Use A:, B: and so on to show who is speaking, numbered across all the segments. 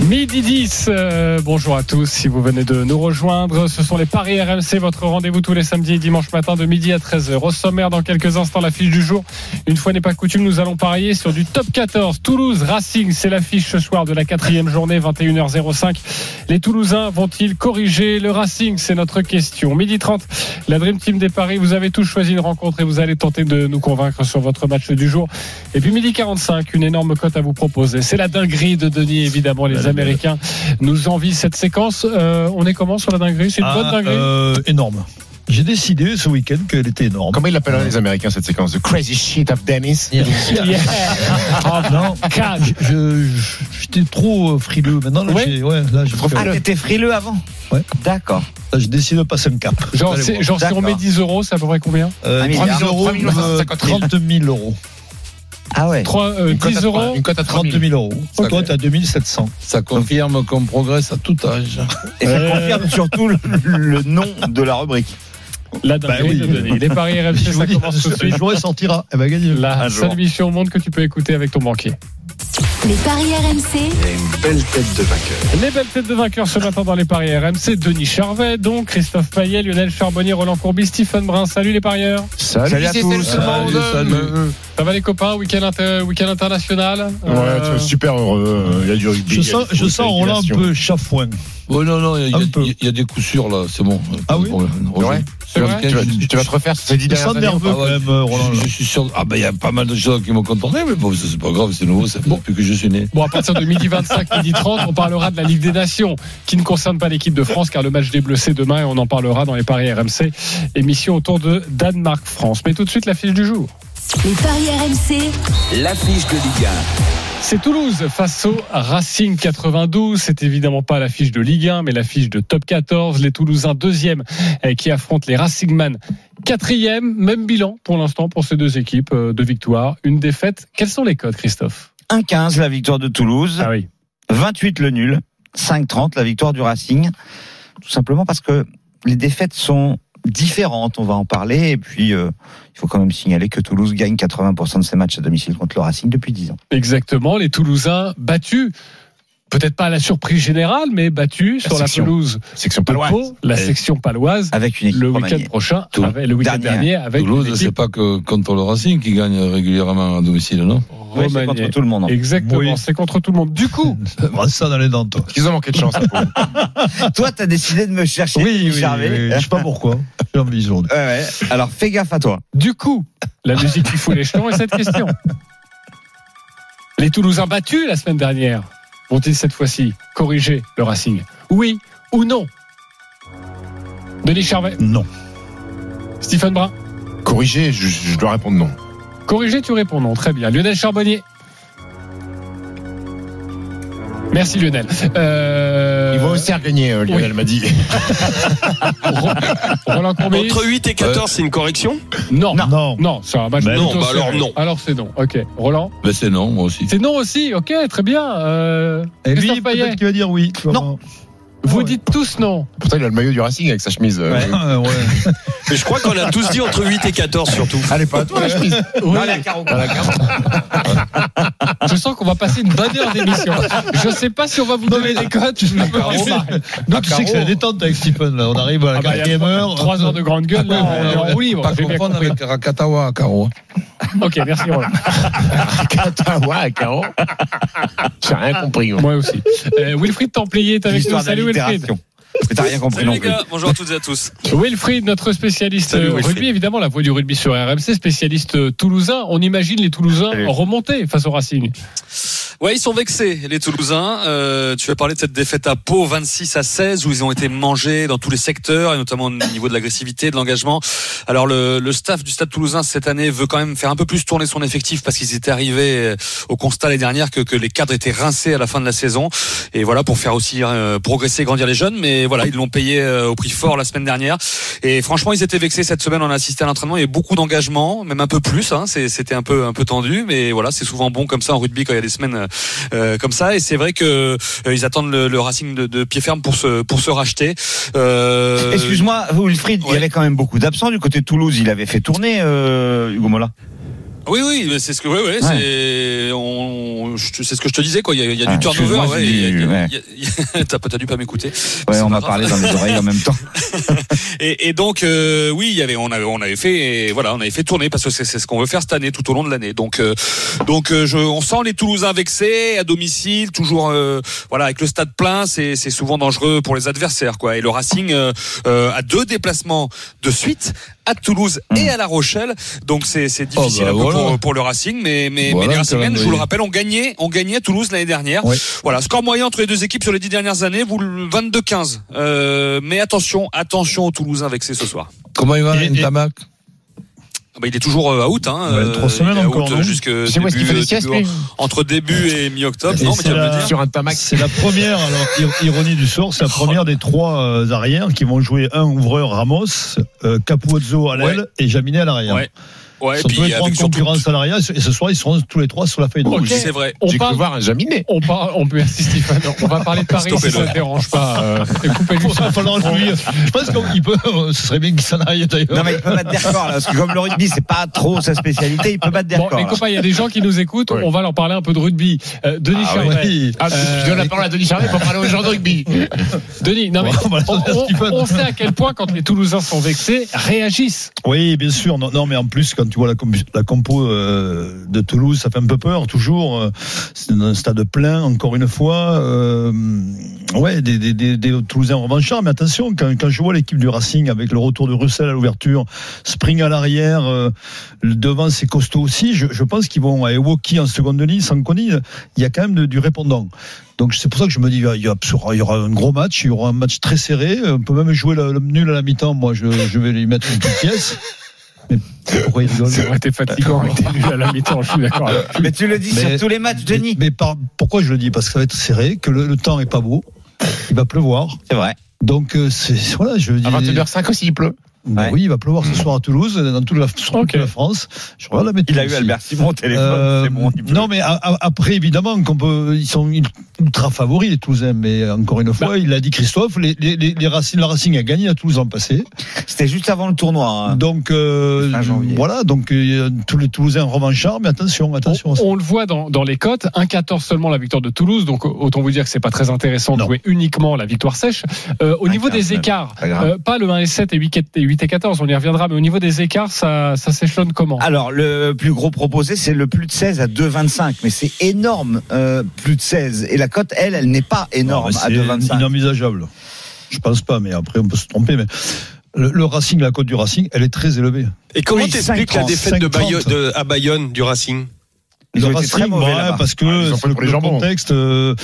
A: Midi 10, euh, bonjour à tous. Si vous venez de nous rejoindre, ce sont les Paris RMC, votre rendez-vous tous les samedis et dimanches matin de midi à 13h. Au sommaire, dans quelques instants, l'affiche du jour. Une fois n'est pas coutume, nous allons parier sur du top 14. Toulouse Racing, c'est l'affiche ce soir de la quatrième journée, 21h05. Les Toulousains vont-ils corriger le Racing C'est notre question. Midi 30, la Dream Team des Paris, vous avez tous choisi une rencontre et vous allez tenter de nous convaincre sur votre match du jour. Et puis midi 45, une énorme cote à vous proposer. C'est la dinguerie de Denis, évidemment. Les Américains nous envient cette séquence. Euh, on est comment sur la dinguerie C'est une
B: Ah,
A: bonne dinguerie
B: euh, énorme. J'ai décidé ce week-end qu'elle était énorme.
C: Comment ils l'appellent les Américains cette séquence The Crazy Shit of Dennis
A: Yeah.
B: Ah, non,
A: Cage.
B: je- je- j'étais trop euh, frileux. Maintenant, là,
A: Ouais.
B: j'ai ouais, là, j'ai-
C: trouves
B: là,
D: T'étais frileux avant
B: Ouais.
D: D'accord.
B: j'ai décidé de passer un cap.
A: Genre,
B: Allez
A: c'est-
B: voir.
A: genre si on
D: D'accord.
A: met 10 euros, c'est à peu près combien
B: Euh, 3
D: un milliard.
B: 000 euros,
C: 3 950 000.
B: 30 000 euros.
D: Ah ouais.
A: Trois, euh,
C: Une cote à
A: 10
C: trois-
A: euros
C: Une cote à 30
B: 30
C: 000.
B: 000 euros.
C: Ça
B: Toi,
C: fait-
B: tu as 2700.
E: Ça confirme qu'on progresse à tout âge.
B: Euh,
D: Et ça confirme surtout le, le nom de la rubrique.
A: La
B: Bah
A: dinguerie de
B: oui.
A: Denis. Les paris
B: Je
A: RMC,
B: vous
A: ça
B: Eh ben, dis,
A: commence tout de suite.
B: le jour, il sortira. Elle va gagner.
A: La
B: Un jour.
A: seule mission au monde que tu peux écouter avec ton banquier.
F: Les paris RMC,
E: Il y a une belle tête de vainqueur.
A: Les belles têtes de vainqueurs ce matin dans les paris RMC. Denis Charvet, donc Christophe Payet, Lionel Charbonnier, Roland Courbis, Stephen Brun. Salut les parieurs.
C: Salut,
D: Salut à
C: c'est
D: tous.
C: le seul
E: Salut,
C: monde.
E: salut.
A: Ça va les copains Week-end inter- week-end international
C: Ouais,
A: Euh,
C: tu es super
E: euh,
C: heureux. Il y a du rugby.
B: Je
C: il y a
B: sens,
C: du
B: je
C: foot,
B: sens
C: il y a
B: Roland
C: des
B: un peu chafouin.
E: Oh non, non, il y, a-
B: Un
E: il y a-
B: peu.
E: il y a des coups sûrs là, c'est bon. Pas
B: Ah
E: de
B: oui
E: problème.
C: C'est vrai
A: C'est vrai
C: Tu vas, tu vas te refaire ces 10
B: Je sens
C: dernières années.
B: nerveux
E: Ah
B: quand
E: ouais.
B: même, euh, Roland.
E: Je, je suis sûr. Ah ben il y a pas mal de choses qui m'ont contourné, mais bon, c'est c'est pas grave, c'est nouveau, ça fait depuis que je suis né.
A: Bon, à partir de midi 25, midi 30, on parlera de la Ligue des Nations, qui ne concerne pas l'équipe de France, car le match des Bleus, c'est demain, et on en parlera dans les paris RMC, émission autour de Danemark-France. Mais tout de suite, l'affiche du jour.
F: les paris RMC,
G: L'affiche de Ligue
A: C'est Toulouse face au Racing 92. C'est évidemment pas l'affiche de Ligue 1, mais l'affiche de Top 14. Les Toulousains deuxième euh, qui affrontent les Racingman quatrième. Même bilan pour l'instant pour ces deux équipes. euh, Deux victoires, une défaite. Quels sont les codes, Christophe
D: 1-15 la victoire de Toulouse,
A: oui.
D: 28 le nul, 5-30 la victoire du Racing. Tout simplement parce que les défaites sont différentes, on va en parler. Et puis, euh, il faut quand même signaler que Toulouse gagne 80% de ses matchs à domicile contre le Racing depuis 10 ans.
A: Exactement. Les Toulousains battus. Peut-être pas à la surprise générale, mais battus
C: La
A: sur la
C: section
A: pelouse
C: C'est que c'est
A: de
C: pas loin.
A: Pau, la section paloise,
D: Avec une équipe
A: le week-end
D: remaniée.
A: prochain,
E: Toul-
A: avec- le week-end
D: Dernier.
A: dernier, avec
E: Toulouse, c'est
A: l'équipe
E: pas que contre le Racing qui gagne régulièrement à domicile, non
D: Oui, c'est
A: remaniée.
D: contre tout le monde. en fait.
A: Exactement,
B: Oui.
A: c'est contre tout le monde. Du coup,
B: Brasse ça dans les dents, toi.
C: Ils ont manqué de chance. là,
D: Toi, t'as décidé de me chercher, Gervais.
B: Je sais pas pourquoi. J'ai envie aujourd'hui.
D: Ouais, ouais. Alors, fais gaffe à toi.
A: Du coup, la musique qui fout les jetons est cette question. Les Toulousains battus la semaine dernière vont-ils cette fois-ci corriger le Racing Oui ou non Denis Charvet,
B: Non.
A: Stephen Brun.
C: pour- Corrigé, je, je dois répondre non.
A: Corriger, tu réponds non. Très bien. Lionel Charbonnier. Merci Lionel. Euh,
C: Ils vont aussi regagner, euh, Lionel m'a dit.
A: Roland Courbis.
H: Entre 8 et 14, Ah, c'est une correction
A: Non. non.
B: Non.
A: c'est un match
B: Mais
A: plutôt
H: non, bah alors
A: serré.
H: non.
A: Alors c'est non. Ok. Roland.
E: Ben c'est non, moi aussi.
A: C'est non aussi. Ok, très bien. Euh,
B: Et lui,
A: Christophe Payet.
B: peut-être qu'il va dire oui. tu vois.
D: Non.
A: Vous
B: ouais.
A: dites tous non.
C: Pourtant, il a le maillot du Racing avec sa chemise. euh,
B: Ouais, ouais.
H: Mais je crois qu'on
B: Ah,
H: a tous dit entre 8 et 14 surtout.
C: Allez, pas à toi la chemise.
A: Oui.
C: À la carte.
A: Je sens qu'on va passer une bonne heure d'émission. Je sais pas si on va vous donner des cotes. je me prépare.
B: Nous, tu sais que c'est la détente avec Stephen, là. On arrive à la
A: Ah bah, il y a
B: quatrième heure.
A: Trois heures de grande gueule. là, on est en roue libre.
E: pas
A: J'ai bien
E: confondre
A: compris.
E: avec Rakatawa, Caro.
A: Ok, merci Roland.
C: Ottawa, Caro. J'ai rien compris. moi.
A: Moi aussi. Euh, Wilfried Templier est avec nous.
D: L'histoire de la
A: Salut Wilfried.
D: littération. Mais t'as rien compris
H: Salut
D: non
H: les
D: plus.
H: gars, bonjour à toutes et à tous.
A: Wilfried, notre spécialiste
H: Salut,
A: euh,
H: Wilfried.
A: rugby, évidemment, la voix du rugby sur RMC, spécialiste euh, toulousain. On imagine les Toulousains
D: Salut.
A: remonter face au Racing.
H: Ouais, ils sont vexés, les Toulousains. Euh, tu as parlé de cette défaite à Pau, 26 à 16, où ils ont été mangés dans tous les secteurs, et notamment au niveau de l'agressivité, de l'engagement. Alors le, le staff du Stade Toulousain cette année veut quand même faire un peu plus tourner son effectif parce qu'ils étaient arrivés euh, au constat les dernières que, que les cadres étaient rincés à la fin de la saison. Et voilà pour faire aussi euh, progresser, et grandir les jeunes. Mais voilà, ils l'ont payé euh, au prix fort la semaine dernière. Et franchement, ils étaient vexés cette semaine. On a assisté à l'entraînement. Il y a eu beaucoup d'engagement, même un peu plus. Hein. C'est- C'était un peu un peu tendu, mais voilà, c'est souvent bon comme ça en rugby quand il y a des semaines euh, comme ça. Et c'est vrai que euh, ils attendent le, le Racing de, de pied ferme pour se pour se racheter. Euh,
D: Excuse-moi, Wilfried, il
H: ouais.
D: y avait quand même beaucoup d'absents du côté de Toulouse. Il avait fait tourner euh, Hugo Mola.
H: Oui, oui, mais c'est ce que, oui, oui, c'est, on, je te- c'est ce que je te disais, quoi. Il y a, il y a
D: Ah,
H: du turnover,
D: excuse-moi,
H: ouais.
D: j'ai
H: il y a-
D: dit,
H: il y a-
D: ouais.
H: il y a- T'as pas- t'as dû pas m'écouter.
D: Ouais,
H: C'est
D: on
H: pas
D: m'a
H: grave.
D: parlé dans les oreilles en même temps.
H: Et, et donc, euh, oui, il y avait, on avait, on avait fait, et voilà, on avait fait tourner parce que c'est c'est ce qu'on veut faire cette année, tout au long de l'année. Donc, euh, donc, euh, je, on sent les Toulousains vexés à domicile, toujours, euh, voilà, avec le stade plein, c'est c'est souvent dangereux pour les adversaires, quoi. Et le Racing euh, euh, a deux déplacements de suite à Toulouse et à La Rochelle, donc c'est c'est
E: Mmh. Oh,
H: difficile
E: bah,
H: un peu
E: voilà.
H: pour, pour le Racing, mais mais,
E: Voilà
H: mais les
E: le
H: Racingmen, je vous le
E: calendrier.
H: rappelle, ont gagné, ont gagné à Toulouse l'année dernière.
E: Ouais.
H: Voilà, score moyen entre les deux équipes sur les dix dernières années, vous le 22-15. Euh, mais attention, attention aux Toulousains vexés ce soir.
E: Comment il va,
B: Et- et-
E: Ntamak
H: Ah bah, il est toujours euh, à août, hein.
B: Ouais,
H: euh,
B: trois semaines
H: il est à
B: encore,
H: août
B: non
H: jusque
C: C'est moi ce qu'il
H: début,
C: fait des
H: euh,
C: siestes,
H: début-
C: lui
H: entre début et mi-octobre.
B: Et
H: Non, mais
B: c'est
H: tiens,
B: la-
H: me dire.
C: Sur un tamac.
B: C'est la première, alors, ir- ironie du sort, c'est la première des trois euh, arrières qui vont jouer un ouvreur Ramos, euh, Capuozzo à l'aile et Jaminet à l'arrière.
H: Ouais. Ouais,
B: Ils
H: et
B: sont
H: puis
B: tous les trois en
H: avec surtout-
B: concurrence salariale et ce soir ils seront tous les trois sur la feuille de
A: Ok.
B: rouge.
H: C'est vrai.
A: On
C: J'ai cru
A: parle,
C: voir un jaminet.
A: on parle, on merci Stéphane. On va parler de Paris si
H: Stoppez-le.
A: ça ne dérange pas. Euh, et coupez
B: Il va falloir lui- Je pense qu'il peut. euh, Ce serait bien qu'il s'en aille d'ailleurs.
D: Non, mais il peut battre des records, là, parce que comme le rugby, c'est pas trop sa spécialité, il peut battre des
A: Bon,
D: records.
A: les
D: là.
A: copains, il y a des gens qui nous écoutent. On va leur parler un peu de rugby. Euh, Denis
B: Ah
A: Charvet.
B: oui.
C: Ah, je donne la parole à Denis Charvet pour parler aux gens de rugby.
A: Euh, Denis, non mais.
B: Bon, on va
A: On,
B: attendre ce qu'il peut.
A: on- on sait à quel point quand les Toulousains sont vexés, réagissent.
B: Oui, bien sûr. Non, non, mais en plus, quand tu vois la, com- la compo euh, de Toulouse, ça fait un peu peur, toujours. Euh, C'est un stade plein, encore une fois. Euh, ouais, des, des, des, des Toulousains revanchards. Mais attention, quand, quand je vois l'équipe du Racing avec le retour de Russell à l'ouverture, Spring à l'arrière, euh, le devant, c'est costaud aussi. Je, je pense qu'ils vont à Ewoki en seconde ligne, sans Conny. Il y a quand même de- du répondant. Donc c'est pour ça que je me dis, il y, a- il y a- il y aura un gros match, il y aura un match très serré. On peut même jouer le, le nul à la mi-temps. Moi, je, je vais lui mettre une petite pièce. Mais pourquoi il rigole
A: Ça aurait été fatigant, on était nul à la mi-temps, je suis d'accord. avec
D: Mais tu le dis
B: Mais-
D: sur tous les matchs, Euh, Denis.
B: Mais, mais par- pourquoi je le dis Parce que ça va être serré, que le, le temps est pas beau, il va pleuvoir.
D: C'est vrai.
B: Donc euh, c'est voilà, je dis.
C: À 21h05 aussi, il pleut.
B: Ben
D: Ouais.
B: Oui, il va pleuvoir ce soir à Toulouse, dans toute la, sur toute
A: Ok.
B: la France. Je regarde la météo
D: Il a eu
B: aussi.
D: Albert Simon au téléphone,
B: Euh,
D: c'est bon. il peut-
B: non, mais a- a- après, évidemment, qu'on peut, ils sont ultra favoris, les Toulousains. Mais euh, encore
I: Bah.
B: une fois, il l'a dit Christophe, les, les, les, les Racing, la Racing a gagné à Toulouse en passé.
D: C'était juste avant le tournoi. hein.
B: Donc, euh,
D: Fin janvier.
B: voilà, donc euh, tous les Toulousains revanchards, mais attention,
I: Oh,
B: attention.
A: On, on le voit dans, dans les cotes, 1,14 seulement la victoire de Toulouse, donc autant vous dire que c'est pas très intéressant de
B: Non.
A: jouer uniquement la victoire sèche. Euh, au niveau
D: 1,15,
A: des écarts,
D: pas grave.
A: euh, pas le 1 et 7 et 8 et 8 et 14, on y reviendra, mais au niveau des écarts, ça, ça s'échelonne comment
D: Alors, le plus gros proposé, c'est le plus de 16 à 2,25. Mais c'est énorme, euh, plus de 16. Et la cote, elle, elle n'est pas énorme
B: Non,
D: à
B: mais
D: 2,25.
B: C'est inenvisageable. Je pense pas, mais après, on peut se tromper. Mais le, le Racing, la cote du Racing, elle est très élevée.
I: Et comment
D: Oui,
I: t'expliques
D: 5,30,
I: la défaite de
B: 5,30.
I: Bayo-
H: euh,
I: de- à Bayonne du Racing
D: Ils
B: le
D: ont été
B: Racing,
D: très mauvais
B: ouais,
D: là-bas.
B: parce que
C: Ouais, ils ont
B: c'est
C: pris pour les
B: le
C: jambons.
B: contexte. euh,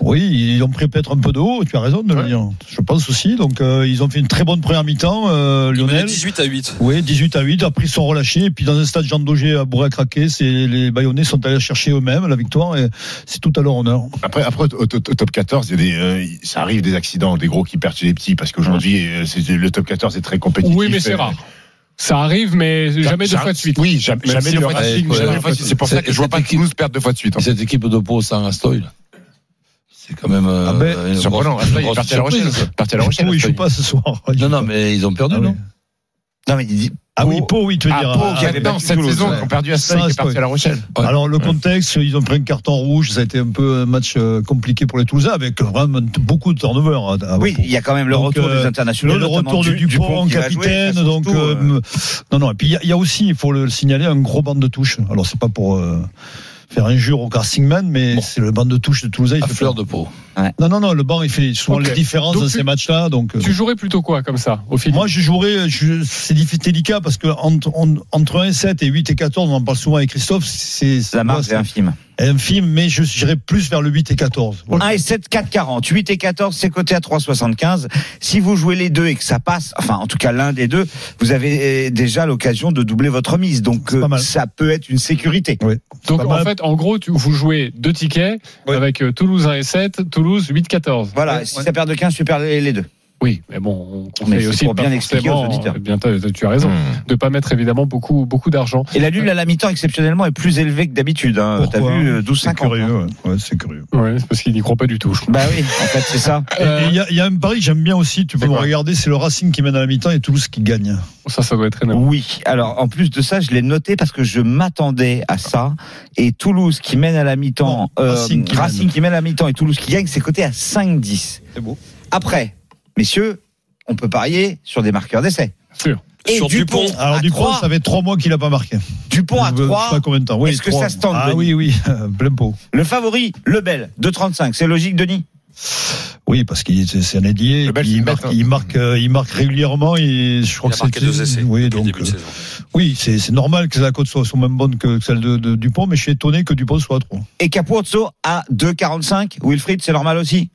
B: oui, ils ont pris peut-être un peu de haut. Tu as raison de le
C: Ouais.
B: dire. Je pense aussi. Donc, euh, ils ont fait une très bonne première mi-temps. euh,
H: Il menait
B: Lionel.
H: 18 à 8.
B: Oui, 18 à 8. Après, ils sont relâchés. Et puis, dans un stade Jean Daugé à bourré à craquer, c'est- les Bayonnais sont allés chercher eux-mêmes la victoire. Et c'est tout à leur honneur.
C: Après, après au, au- au top 14, il y a des, euh, ça arrive des accidents, des gros qui perdent chez les petits, parce qu'aujourd'hui, euh, c'est- le top 14 est très compétitif.
A: Oui, mais c'est
C: Euh,
A: rare. Ça arrive, mais jamais deux
C: ça-
A: fois de suite.
C: Oui, jamais,
A: Même
C: jamais
A: si le
C: deux fois de
A: Racing
C: suite.
A: perd
C: Jamais
A: deux
C: deux fois de suite. C'est pour ça que je vois pas Toulouse perdre deux fois de suite. hein. en fait.
E: Cette équipe de Pau sans Astoy, là. c'est quand même. euh,
B: Ah ben,
E: une
C: Surprenant.
E: grosse-
C: Astoy
E: une
C: est
E: grosse
C: parti à la
E: surprise.
C: Rochelle. Parti à la Rochelle.
B: Pau, ils jouent
C: Astoy.
B: pas ce soir. Ils
E: Non,
B: jouent
E: non,
B: pas.
E: mais ils ont perdu,
B: Ah oui.
E: non
D: Non, mais il dit.
B: Ah oui,
D: Pau-
B: Pau, oui, tu veux
C: Ah,
B: dire.
C: Pau,
B: Ah,
C: qui a- non, cette
B: Toulouse,
C: saison,
B: ouais.
C: qui ont perdu Astoy,
B: Ça,
C: qui est
B: c'est
C: parti
B: pas-
C: à la Rochelle.
E: Ouais.
B: Alors le contexte, ils ont pris un carton rouge, ça a été un peu un match euh, compliqué pour les Toulousains avec vraiment t- beaucoup de turnover. hein, à-
D: Ah Oui, il y a quand même le
B: Donc,
D: retour
B: euh,
D: des
B: Il y
D: internationaux.
B: a le
D: notamment
B: retour de
D: Du-
B: Dupont en
D: qui va jouer,
B: capitaine,
D: ça change
B: donc
D: tout,
B: euh,
D: euh.
B: non non. Et puis il y a- il y, a aussi, il faut le signaler, un gros banc de touche. Alors c'est pas pour euh, faire injure au Carsingman, mais
E: Bon.
B: c'est le banc de touche de Toulousain. Il
E: À
B: fait
E: fleur
B: peur.
E: de Pau.
B: Non non non, le banc il fait souvent
A: Ok.
B: les différences
A: Donc,
B: dans
A: tu-
B: ces matchs-là, donc. euh,
A: Tu jouerais plutôt quoi comme ça, au final
B: moi, je jouerais, je- c'est diffi- délicat parce que entre, on- entre 1 et 7 et 8 et 14, on en parle souvent avec Christophe, c'est c'est-
D: La marque est
B: c'est
D: infime.
B: infime, mais je j'irais plus vers le 8 et 14. Voilà.
D: 1 et 7, 4,40. 8 et 14, c'est coté à 3,75. Si vous jouez les deux et que ça passe, enfin en tout cas l'un des deux, vous avez euh, déjà l'occasion de doubler votre mise. Donc
B: pas
D: euh,
B: mal.
D: ça peut être une sécurité.
A: Donc
B: pas
A: en
B: mal.
A: fait, en gros, tu, vous jouez deux tickets
B: Ouais.
A: avec euh, Toulouse 1 et 7, Toulouse 8-14.
D: Voilà, si ça perd de 15, tu perds les les deux.
A: Oui, mais bon, on
D: Mais
A: conseille
D: c'est
A: aussi
D: pour
A: de pas
D: bien expliquer aux
A: forcément,
D: auditeurs.
A: euh, bien, t'as- tu as raison,
B: Hmm.
A: de pas mettre évidemment beaucoup, beaucoup d'argent.
D: Et la Lune, à la mi-temps, exceptionnellement, est plus élevée que d'habitude. Hein. T'as
B: Pourquoi
D: vu, euh,
B: C'est
D: 12,50. hein.
B: curieux, ouais. Ouais, c'est curieux.
A: Ouais, c'est parce qu'ils n'y croient pas du tout. je crois.
D: Bah oui, en fait, c'est ça.
B: Et- et Il y, a- il y a un pari que j'aime bien aussi, tu peux
D: C'est
B: me
D: quoi
B: regarder, c'est le Racing qui mène à la mi-temps et Toulouse qui gagne.
A: Ça, ça doit être énorme.
D: Oui. Alors, en plus de ça, je l'ai noté parce que je m'attendais à ça. Et Toulouse qui mène à la mi-temps,
B: Non,
D: euh, Racing,
B: Racing
D: qui,
B: qui
D: mène. à la mi-temps et Toulouse qui gagne, c'est coté à 5-10.
B: C'est beau.
D: Après, messieurs, on peut parier sur des marqueurs d'essai.
A: Sûr.
D: Et
H: Sur Dupont.
B: Alors
D: à
B: Dupont,
D: 3,
B: ça fait trois mois qu'il n'a pas marqué.
D: Dupont à
B: Je sais
D: 3.
B: pas combien de temps. Oui,
D: Est-ce que
B: trois.
D: ça se tente,
B: Ah oui,
D: Denis
B: oui, plein pot.
D: Le favori, le Bel, 2,35. C'est logique, Denis
B: Oui, parce qu'il c'est- c'est un ailier.
C: Le
B: et
C: Belge,
B: puis
C: c'est
B: Il
C: une
B: marque,
C: bête, hein.
B: il marque, euh, il marque régulièrement et je crois
H: Il a
B: que
H: marqué
B: c'est-
H: deux essais depuis
B: Oui,
H: le
B: donc
H: début de
B: euh,
H: saison.
B: oui, c'est c'est normal que la cote soit, soit même bonne que celle de, de Dupont, mais je suis étonné que Dupont soit à trois.
D: Et Capuzzo à 2,45. Wilfried, c'est normal aussi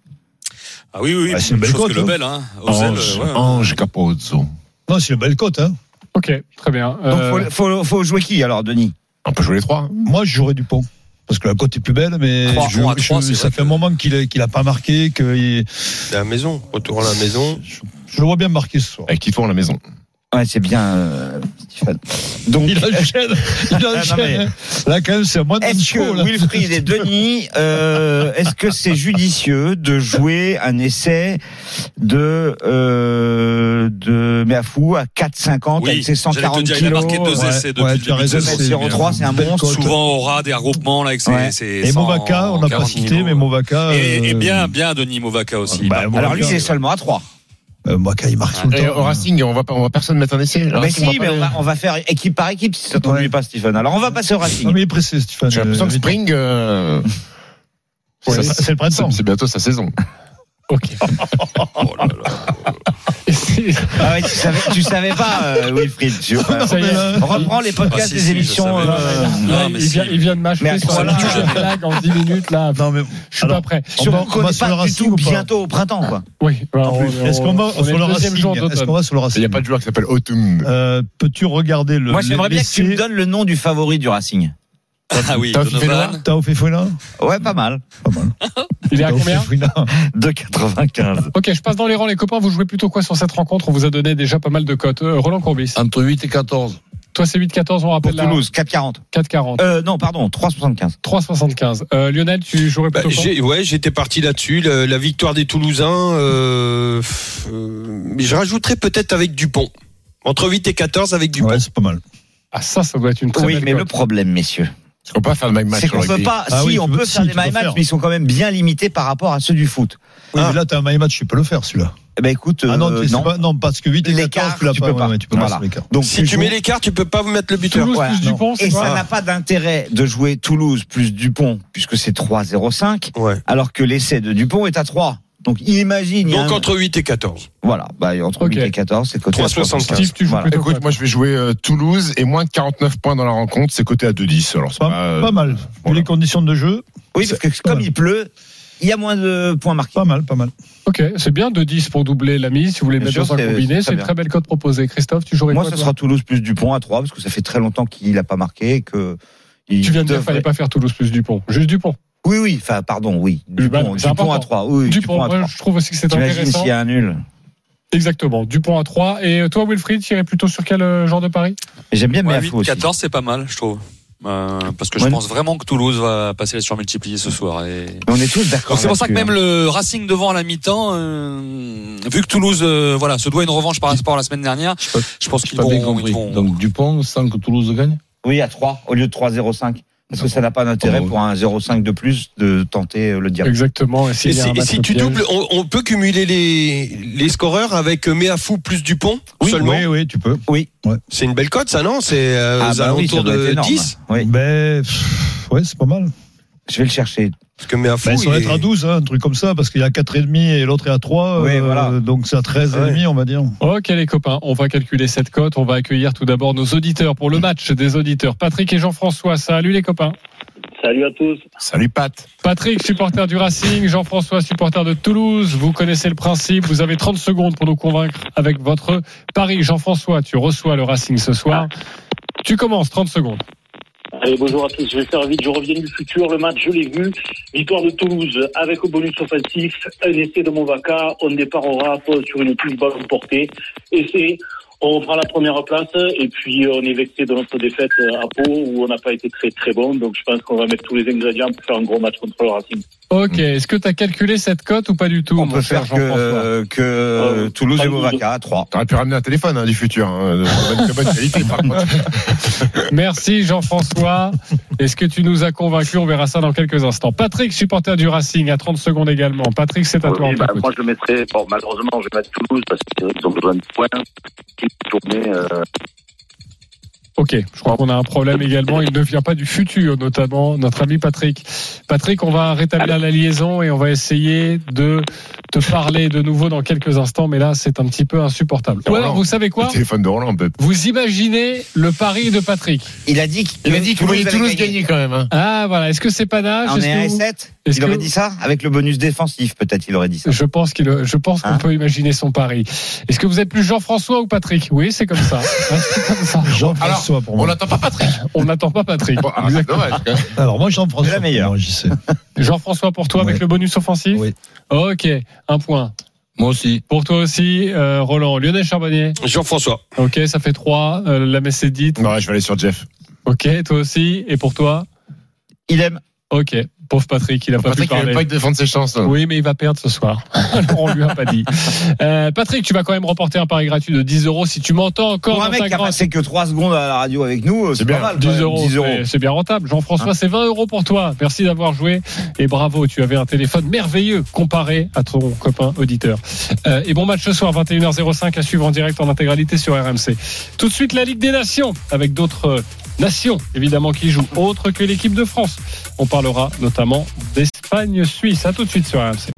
H: Ah oui, oui, oui.
B: Ah, c'est une belle
H: chose
B: cote,
H: que le
B: hein.
H: bel, hein. Aux ailes,
C: Ange,
H: ouais.
C: Ange Capozzo.
B: Non, c'est une belle cote. Hein.
A: Ok, très bien.
D: Donc,
A: Euh,
D: faut, faut, faut jouer qui alors, Denis
C: On peut jouer les trois. hein.
B: Moi, je jouerais Dupont. Parce que la cote est plus belle, mais
H: Trois
B: je-
H: points à
B: je-
H: trois, c'est
B: ça
H: vrai
B: fait
H: que-
B: un moment qu'il n'a pas marqué. Que il-
I: à la maison, retour à la maison.
B: je, je le vois bien marquer ce soir.
C: Avec Tito à la maison.
D: Ouais, c'est bien, euh, Stéphane. Donc,
B: Il enchaîne. Il enchaîne. Là, quand même, c'est moins de
D: Est-ce
B: chaud.
D: que
B: là.
D: Wilfried et Denis, euh, est-ce que c'est judicieux de jouer un essai de euh, de Meafou à 4,50
H: Oui,
D: avec ses
H: j'allais te
D: 140
H: dire, il a
D: kilos
H: marqué deux
D: ouais.
H: essais depuis
B: ouais,
H: le
B: tu
H: début
B: as
H: de
B: raison,
H: saison.
D: c'est 0,3, c'est un
B: Belle
D: bon
B: cote.
H: Souvent on aura des regroupements là avec ses,
D: Ouais.
H: ses
B: Et
H: 100,
B: Movaca, on n'a pas
H: 40
B: cité,
H: kilos.
B: mais Movaca.
H: Et, et
B: euh,
H: bien, bien Denis Movaca aussi.
B: Bah,
H: Il marque.
B: Movaca,
D: Alors lui, il est seulement à 3.
B: euh, Movaca, il marque tout le
E: Ah,
C: Et
B: temps.
C: au Racing, on va, pas- on va personne mettre un essai.
H: Ah,
C: Le
D: Mais
C: Racing,
D: si,
C: va
D: mais
C: pas-
D: on va, on va faire équipe par équipe si ça t'ennuie pas, Stephen. Alors on va passer au
B: Non,
D: Racing.
B: mais il est pressé, Stéphane.
C: J'ai l'impression que
B: Euh,
C: Spring, euh,
B: Ouais,
C: ça-
B: c'est le printemps.
C: c'est bientôt sa saison.
A: ok.
H: Oh là là.
A: Et si-
D: Ah ouais, tu savais, tu savais pas, euh, Wilfried. Tu,
B: Non,
A: Ça y est.
B: Oh, mais, euh,
D: reprends les podcasts
H: Ah, si,
D: des
H: si, je
D: émissions.
H: savais.
D: euh,
H: Non,
A: Là,
H: mais
A: il,
H: si.
A: vient, il vient de
D: Mais à
A: m'achever sur
D: trois
A: la
D: minutes,
A: petite blague en 10 minutes là.
B: Non, mais
A: Je suis pas prêt.
D: Sur,
B: va-
D: on
B: on
D: connaît
B: va sur le
D: pas du
B: Racing
D: tout
B: ou pas
D: bientôt au printemps, quoi.
A: Oui. voilà, on-
B: Est-ce qu'on va
A: on est
B: sur
A: le
B: le
A: deuxième
B: Racing
A: jour
B: Est-ce qu'on
A: d'automne.
B: va sur
C: Il
B: le
C: n'y
B: Racing
C: a pas de joueur qui s'appelle Autumn.
B: Euh, Peux-tu regarder le.
D: Moi, j'aimerais bien que tu me
B: l'essai
D: donnes le nom du favori du Racing.
H: Ah oui,
C: T'as fait
H: Donovan.
B: Tao Fefuela
D: Ouais, pas mal.
A: Il est à
B: Tao
A: combien
B: Fefuela.
D: 2,95.
A: Ok, je passe dans les rangs, les copains. Vous jouez plutôt quoi sur cette rencontre On vous a donné déjà pas mal de cotes. Euh, Roland Courbis,
E: Entre 8 et 14.
A: toi c'est 8-14, on
D: Ah. Pour
A: rappelle la
D: Toulouse, 4,40.
A: 4-40.
D: Euh, non, pardon, 3,75.
A: 3,75. Euh, Lionel, tu jouerais
I: Bah,
A: plutôt quoi
I: j'ai- ouais, j'étais parti là-dessus. La, la victoire des Toulousains. euh, pff, euh, je rajouterais peut-être avec Dupont. Entre 8 et 14 avec Dupont.
B: Ouais, c'est pas mal.
A: Ah, ça, ça doit être une très
D: Oui,
A: belle
D: mais
A: cote.
D: le problème, messieurs,
C: On peut pas faire le même match.
D: c'est qu'on
C: au
D: peut
C: rugby.
D: pas.
B: Ah
D: si,
B: oui,
D: on
B: tu
D: peut
B: peux- si,
D: faire des
B: tu peux
D: my match,
B: faire.
D: mais ils sont quand même bien limités par rapport à ceux du foot.
B: Oui,
I: Ah.
B: mais là, t'as un my match, tu peux le faire, celui-là.
D: Eh ben écoute, euh,
B: ah non, tu sais
D: non.
B: pas- non, parce que 8 et
D: L'écart,
B: 14, tu l'as
D: tu
B: pas.
D: peux
B: ouais,
D: pas.
B: ouais, tu peux pas
D: Voilà.
B: sur l'écart.
D: Donc
I: Si tu
D: joues-
I: mets l'écart, tu peux pas vous mettre le buteur.
A: Toulouse
D: Ouais,
A: plus
B: non.
A: Dupont, c'est
D: et ça
A: ça
D: n'a pas d'intérêt de jouer Toulouse plus Dupont, puisque c'est 3,05,
I: Ouais.
D: alors que l'essai de Dupont est à 3. Donc imagine. il y a
I: Donc
D: un-
I: entre 8 et 14.
D: Voilà, bah, entre
A: Ok.
D: 8 et 14, c'est côté
I: 3,75.
A: Steve, tu joues
D: Voilà.
A: plutôt
C: Écoute,
A: quoi
C: moi je vais jouer euh, Toulouse et moins de 49 points dans la rencontre, c'est coté à 2-10. Alors c'est
B: Pas,
C: pas, euh,
B: pas mal. Vu
C: voilà.
B: les conditions de jeu,
D: Oui, parce que comme il pleut, il y a moins de points marqués.
B: pas mal, pas mal.
A: Ok, c'est bien de 10 pour doubler la mise. Si vous voulez
D: Bien
A: mettre
D: sûr,
A: dans un
D: c'est-
A: combiné,
D: c'est
A: c'est une
D: bien.
A: très belle cote proposée. Christophe, tu jouerais
D: Moi,
A: quoi
D: ce
A: toi
D: sera Toulouse plus Dupont à 3, parce que ça fait très longtemps qu'il n'a pas marqué et que. il
A: Tu viens de dire qu'il
D: devrait-
A: fallait pas faire Toulouse plus Dupont. Juste Dupont.
D: Oui, oui, enfin, pardon, oui.
A: Bah,
D: Dupont,
A: c'est
D: Dupont
A: important.
D: à 3. Oui, oui,
A: Dupont,
D: Dupont à
A: moi,
D: 3.
A: je trouve aussi que c'est
D: T'imagines
A: intéressant.
D: s'il y a un nul.
A: Exactement, Dupont à 3. Et euh, toi, Wilfried, tu irais plutôt sur quel euh, genre de pari
D: Et J'aime bien
H: Ouais,
D: Meafou
H: 8
D: aussi.
H: 14, c'est pas mal, je trouve. Euh, parce que je
D: Ouais.
H: pense vraiment que Toulouse va passer les surmultipliés ce soir. Et...
D: Mais on est tous d'accord.
H: Donc c'est pour ça que
D: là-dessus, hein.
H: même le Racing devant à la mi-temps, euh, vu que Toulouse euh, voilà, se doit une revanche par rapport à la semaine dernière,
E: pas-
H: je pense
E: J'ai
H: qu'ils
E: pas bien
H: vont,
E: compris.
H: ils vont-
E: Donc Dupont, sans que Toulouse gagne
D: hein. Oui, à 3 au lieu de 3,05. Parce que ça n'a pas d'intérêt
E: Ah, bah oui.
D: pour un 0,5 de plus de tenter euh, le diable.
A: Exactement.
I: Et,
A: s'il y a
I: si-
A: un
I: et
A: match
I: si
A: au
I: tu
A: piège-
I: doubles, on, on peut cumuler les, les scoreurs avec Meafou plus Dupont seulement.
B: Oui, oui, tu peux.
I: C'est une belle cote, ça, non C'est euh, aux
D: bah oui,
I: alentours
D: ça doit être
I: de
D: énorme.
I: 10
D: Oui,
B: Mais Ben, pff, ouais, c'est pas mal.
D: je vais le chercher.
I: Parce que Meafou.
B: Ben, ça
I: il
B: va
I: est-
B: être à 12, hein, un truc comme ça, parce qu'il y a 4,5 et l'autre est à 3.
D: Oui, voilà.
B: Donc c'est à 13,5,
I: Ouais.
B: on va dire.
A: Ok les copains, on va calculer cette cote. On va accueillir tout d'abord nos auditeurs pour le match des auditeurs. Patrick et Jean-François, salut les copains.
J: Salut à tous.
C: Salut Pat.
A: Patrick, supporter du Racing, Jean-François, supporter de Toulouse. Vous connaissez le principe, vous avez 30 secondes pour nous convaincre avec votre pari. Jean-François, tu reçois le Racing ce soir. Tu commences, 30 secondes.
J: Allez, Allez, bonjour à tous. Je vais faire vite. Je reviens du futur. Le match, je l'ai vu. Victoire de Toulouse avec au bonus offensif. Un essai de Movaca. On départ au rap sur une touche balle portée. Essai. On fera la première place et puis on est vexé de notre défaite à Pau où on n'a pas été très très bon. Donc je pense qu'on va mettre tous les ingrédients pour faire un gros match contre le Racing.
A: Ok, est-ce que tu as calculé cette cote ou pas du tout
D: Mm. On peut faire que, euh, que euh, Toulouse et Movaca à 3.
C: T'aurais pu ramener un téléphone hein, du futur. hein, de bonne- de bonne qualité, par contre.
A: Merci Jean-François. Est-ce que tu nous as convaincus On verra ça dans quelques instants. Patrick, supporter du Racing, à 30 secondes également. Patrick, c'est à Ah, toi.
K: Oui,
A: on
K: bah,
A: t'écoute.
K: moi je le mettrais, bon, malheureusement je vais mettre Toulouse parce qu'ils ont besoin de points. Petite tournée, euh,
A: Ok, je crois qu'on a un problème également. Il ne vient pas du futur, notamment notre ami Patrick. Patrick, on va rétablir la liaison et on va essayer de te parler de nouveau dans quelques instants, mais là, c'est un petit peu insupportable. Ou alors, vous savez quoi
C: Le téléphone de Roland, peut-être.
A: Vous imaginez le pari de Patrick
D: Il a dit
C: Il a dit que vous voyez Toulouse gagner quand même.
A: Ah voilà, est-ce que Ah, c'est pas d'âge
D: On est à 7 Il aurait dit ça Avec le bonus défensif, peut-être, il aurait dit ça.
A: Je pense qu'il, je pense qu'on peut imaginer son pari. Est-ce que vous êtes plus Jean-François ou Patrick Oui, c'est comme ça. Hein, c'est comme ça.
B: Jean-François pour moi.
A: n'attend pas Patrick. On n'attend pas Patrick.
C: ah,
A: Exactement.
B: Alors moi Jean-François.
A: La meilleure.
B: pour moi, j'y sais.
A: Jean-François pour toi avec le bonus offensif Oui. Ok, un point.
E: Moi aussi.
A: Pour toi aussi, euh, Roland. Lionel Charbonnier
I: Jean-François.
A: Ok, ça fait 3. la messe est dite.
C: Ouais, Bah, je vais aller sur Jeff.
A: Ok, toi aussi. Et pour toi
D: Il aime.
A: Ok, pauvre Patrick, il a pas
C: Patrick,
A: pu
C: il
A: parler.
C: veut pas que défendre ses chances. là.
A: Oui, mais il va perdre ce soir. Alors, on lui a pas dit. Euh, Patrick, tu vas quand même remporter un pari gratuit de 10 euros si tu m'entends encore.
D: Pour un
A: dans
D: mec
A: ta
D: qui a
A: grande-
D: passé que 3 secondes à la radio avec nous, euh, c'est pas mal.
A: 10
D: quand même,
A: euros,
D: 10 euros.
A: c'est- c'est bien rentable. Jean-François, c'est 20 euros pour toi. Merci d'avoir joué et bravo. Tu avais un téléphone merveilleux comparé à ton copain auditeur. Euh, et bon match ce soir, 21h05 à suivre en direct en intégralité sur RMC. Tout de suite la Ligue des Nations avec d'autres euh, nations évidemment qui jouent autre que l'équipe de France. On parlera notamment d'Espagne-Suisse. À tout de suite sur RMC.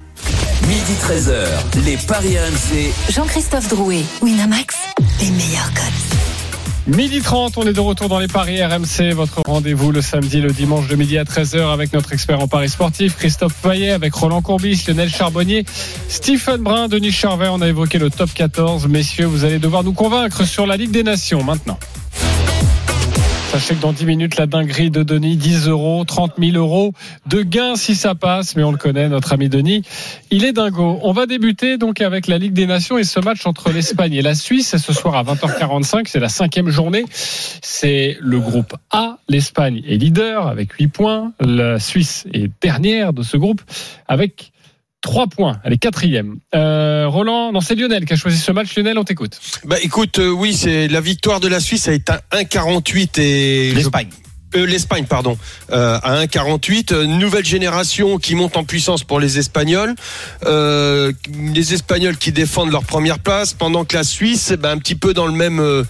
G: Midi 13h, les Paris RMC.
F: Jean-Christophe Drouet, Winamax, les meilleurs codes.
A: Midi 30, on est de retour dans les Paris RMC, votre rendez-vous le samedi, le dimanche de midi à 13h avec notre expert en Paris sportif, Christophe Payet, avec Roland Courbis, Lionel Charbonnier, Stephen Brun, Denis Charvet. On a évoqué le top 14. Messieurs, vous allez devoir nous convaincre sur la Ligue des Nations maintenant. Sachez que dans 10 minutes, la dinguerie de Denis, 10 euros, 30 000 euros de gains si ça passe, mais on le connaît, notre ami Denis. Il est dingo. On va débuter donc avec la Ligue des Nations et ce match entre l'Espagne et la Suisse. Et ce soir à 20h45, c'est la cinquième journée. C'est le groupe A. L'Espagne est leader avec 8 points. La Suisse est dernière de ce groupe avec 3 points. Elle est quatrième. Euh, Roland, non, c'est Lionel qui a choisi ce match. Lionel, on t'écoute.
I: Bah écoute, euh, oui, c'est la victoire de la Suisse est à 1,48 et je-
D: L'Espagne.
I: Euh, L'Espagne, pardon, euh, à 1,48. Euh, Nouvelle génération qui monte en puissance pour les Espagnols. Euh, les Espagnols qui défendent leur première place, pendant que la Suisse, eh ben, un petit peu dans le même euh,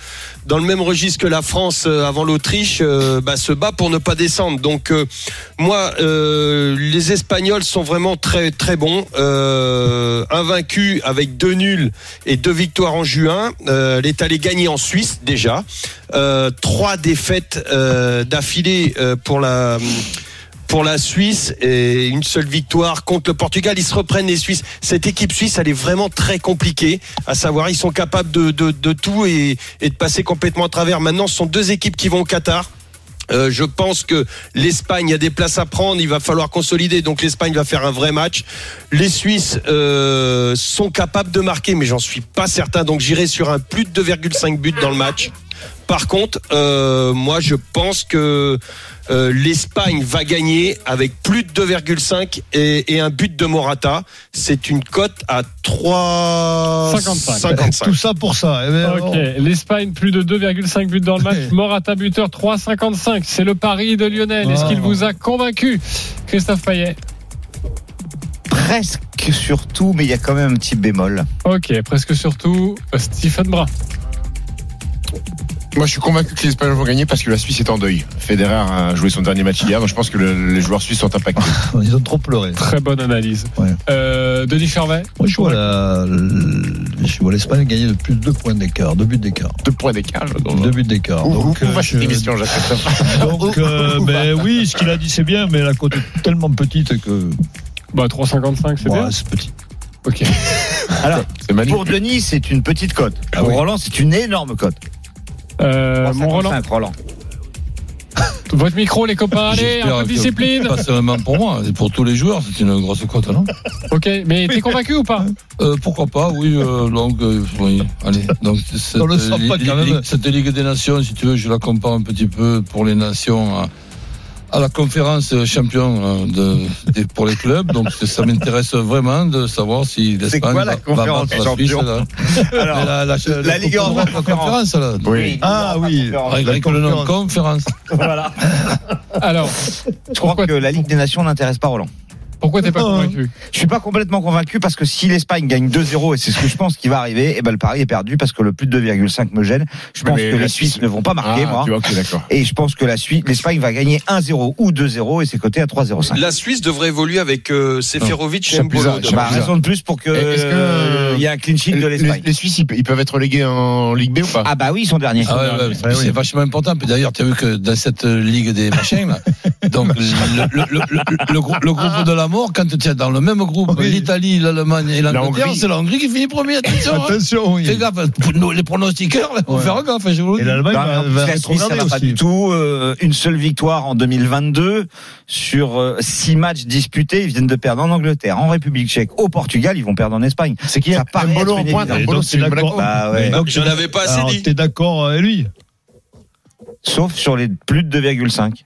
I: dans le même registre que la France euh, avant l'Autriche, euh, bah, se bat pour ne pas descendre. Donc euh, moi, euh, les Espagnols sont vraiment très très bons, euh, invaincus avec deux nuls et deux victoires en juin. Euh, elle est allée gagner en Suisse déjà. Euh, trois défaites euh, d'affilée euh, pour la pour la Suisse et une seule victoire contre le Portugal. Ils se reprennent les Suisses. Cette équipe suisse, elle est vraiment très compliquée. À savoir, ils sont capables de, de, de tout et, et de passer complètement à travers. Maintenant, ce sont deux équipes qui vont au Qatar. Euh, je pense que l'Espagne a des places à prendre, il va falloir consolider, donc l'Espagne va faire un vrai match. Les Suisses euh, sont capables de marquer, mais j'en suis pas certain, donc j'irai sur un plus de 2,5 buts dans le match. Par contre, euh, moi je pense que euh, l'Espagne va gagner avec plus de 2,5 et, et un but de Morata. C'est une cote à 3...
A: 55.
B: Tout ça pour ça. Eh ben,
A: Ok, l'Espagne, plus de 2,5 buts dans le match. Morata buteur 3,55. C'est le pari de Lionel. Est-ce qu'il vous a convaincu, Christophe Payet
D: Presque surtout, mais il y a quand même un petit bémol.
A: Ok, presque surtout euh, Stephen Brun.
C: Moi, je suis convaincu que les Espagnols vont gagner parce que la Suisse est en deuil. Federer a joué son dernier match hier, donc je pense que le- les joueurs suisses sont impactés.
B: on- oh, Ils ont trop pleuré.
A: Très bonne analyse.
B: Ouais.
A: Euh, Denis Charvet
B: Moi, je vois la- l- je vois l'Espagne gagner de plus de deux points d'écart, deux buts d'écart.
C: Deux points d'écart.
B: Deux buts d'écart.
C: Où,
B: Donc,
C: où- où
B: euh,
C: va cette
B: je-
C: émission, Jacques Christophe
B: Donc, euh, ben oui, ce qu'il a dit, c'est bien, mais la cote est tellement petite que.
A: Bah 3,55, c'est
B: Ouais,
A: bien.
B: c'est petit.
A: Ok.
D: Alors,
C: C'est magnifique.
D: pour Denis, c'est une petite cote. Pour Roland, Oh, c'est une énorme cote.
A: Euh, mon Euh, Roland
D: 3,55, Roland.
A: Votre micro, les copains, allez, un peu de discipline.
E: Pas seulement pour moi, c'est pour tous les joueurs, c'est une grosse cote, non
A: Ok, mais t'es convaincu ou pas
E: euh, Pourquoi pas, oui. euh, donc, euh, oui, allez. Donc, cette,
B: On le sent pas,
E: li-
B: quand même.
E: ligue- cette Ligue des Nations, si tu veux, je la compare un petit peu pour les nations à, à la conférence champion euh, de, des- pour les clubs. Donc, c'est- ça m'intéresse vraiment de savoir si l'Espagne
B: quoi
E: va-
B: la
E: va
B: conférence
E: battre la Suisse,
B: champion
E: là.
B: Alors,
E: Mais la,
B: la Ligue
E: Coupe
B: Europa
E: la conférence, là.
B: Oui. Ah oui,
E: Avec, avec le nom conférence.
D: Voilà.
A: Alors,
D: je crois que la Ligue des Nations n'intéresse pas Roland.
A: Pourquoi t'es pas convaincu
D: Je suis pas complètement convaincu parce que si l'Espagne gagne 2-0 et c'est ce que je pense qui va arriver, et ben le pari est perdu parce que le plus de 2,5 me gêne. Je pense
C: Mais
D: que
C: la
D: les Suisses
C: Suisse-
D: ne vont pas marquer,
C: Ah,
D: moi.
C: tu vois, ok, d'accord.
D: Et je pense que la Suisse, l'Espagne va gagner 1-0 ou 2-0 et c'est coté à 3-0-5.
I: La Suisse devrait évoluer avec euh, Seferovic et Mbolo. demain.
D: Bah, raison de plus pour que
I: Est-ce que-
D: euh, il y a un clean sheet de
C: Les-
D: l'Espagne.
C: Les Suisses, ils pe- ils peuvent être relégués en Ligue B ou pas
D: Ah bah oui, ils sont derniers.
E: Ah ouais, ouais, parce que c'est vachement important. Puis D'ailleurs, tu as vu que dans cette euh, ligue des machins, là, donc le, le- le- le- le grou- le groupe de la mort, quand tu es dans le même groupe, l'Italie, l'Allemagne et l'Angleterre,
B: Hongrie.
E: c'est la Hongrie qui finit premier. Attention, hein.
B: Attention, oui.
E: Fais gaffe, pour nous, les pronostiqueurs, là, faut
B: Ouais.
E: faire gaffe. Je vous le
B: Et
E: dis.
B: l'Allemagne
D: Bah, Non, mais en
B: va,
D: plus,
B: va
D: la Suisse, ça va
B: rétrograder
D: pas
B: aussi.
D: du tout. Euh, une seule victoire en 2022 sur euh, six matchs disputés. Ils viennent de perdre en Angleterre, en République Tchèque, au Portugal. Ils vont perdre en Espagne. C'est qui Ça paraît
C: Mbolo
D: être
C: en
D: une
C: pointe,
D: évidence.
C: Mbolo,
B: Donc,
C: c'est
B: t'es
C: une blague.
B: d'accord-
D: Bah ouais.
B: Donc,
I: Je n'avais pas assez
B: alors,
I: Ah, dit.
B: T'es d'accord euh, avec lui
D: Sauf sur les plus de 2,5.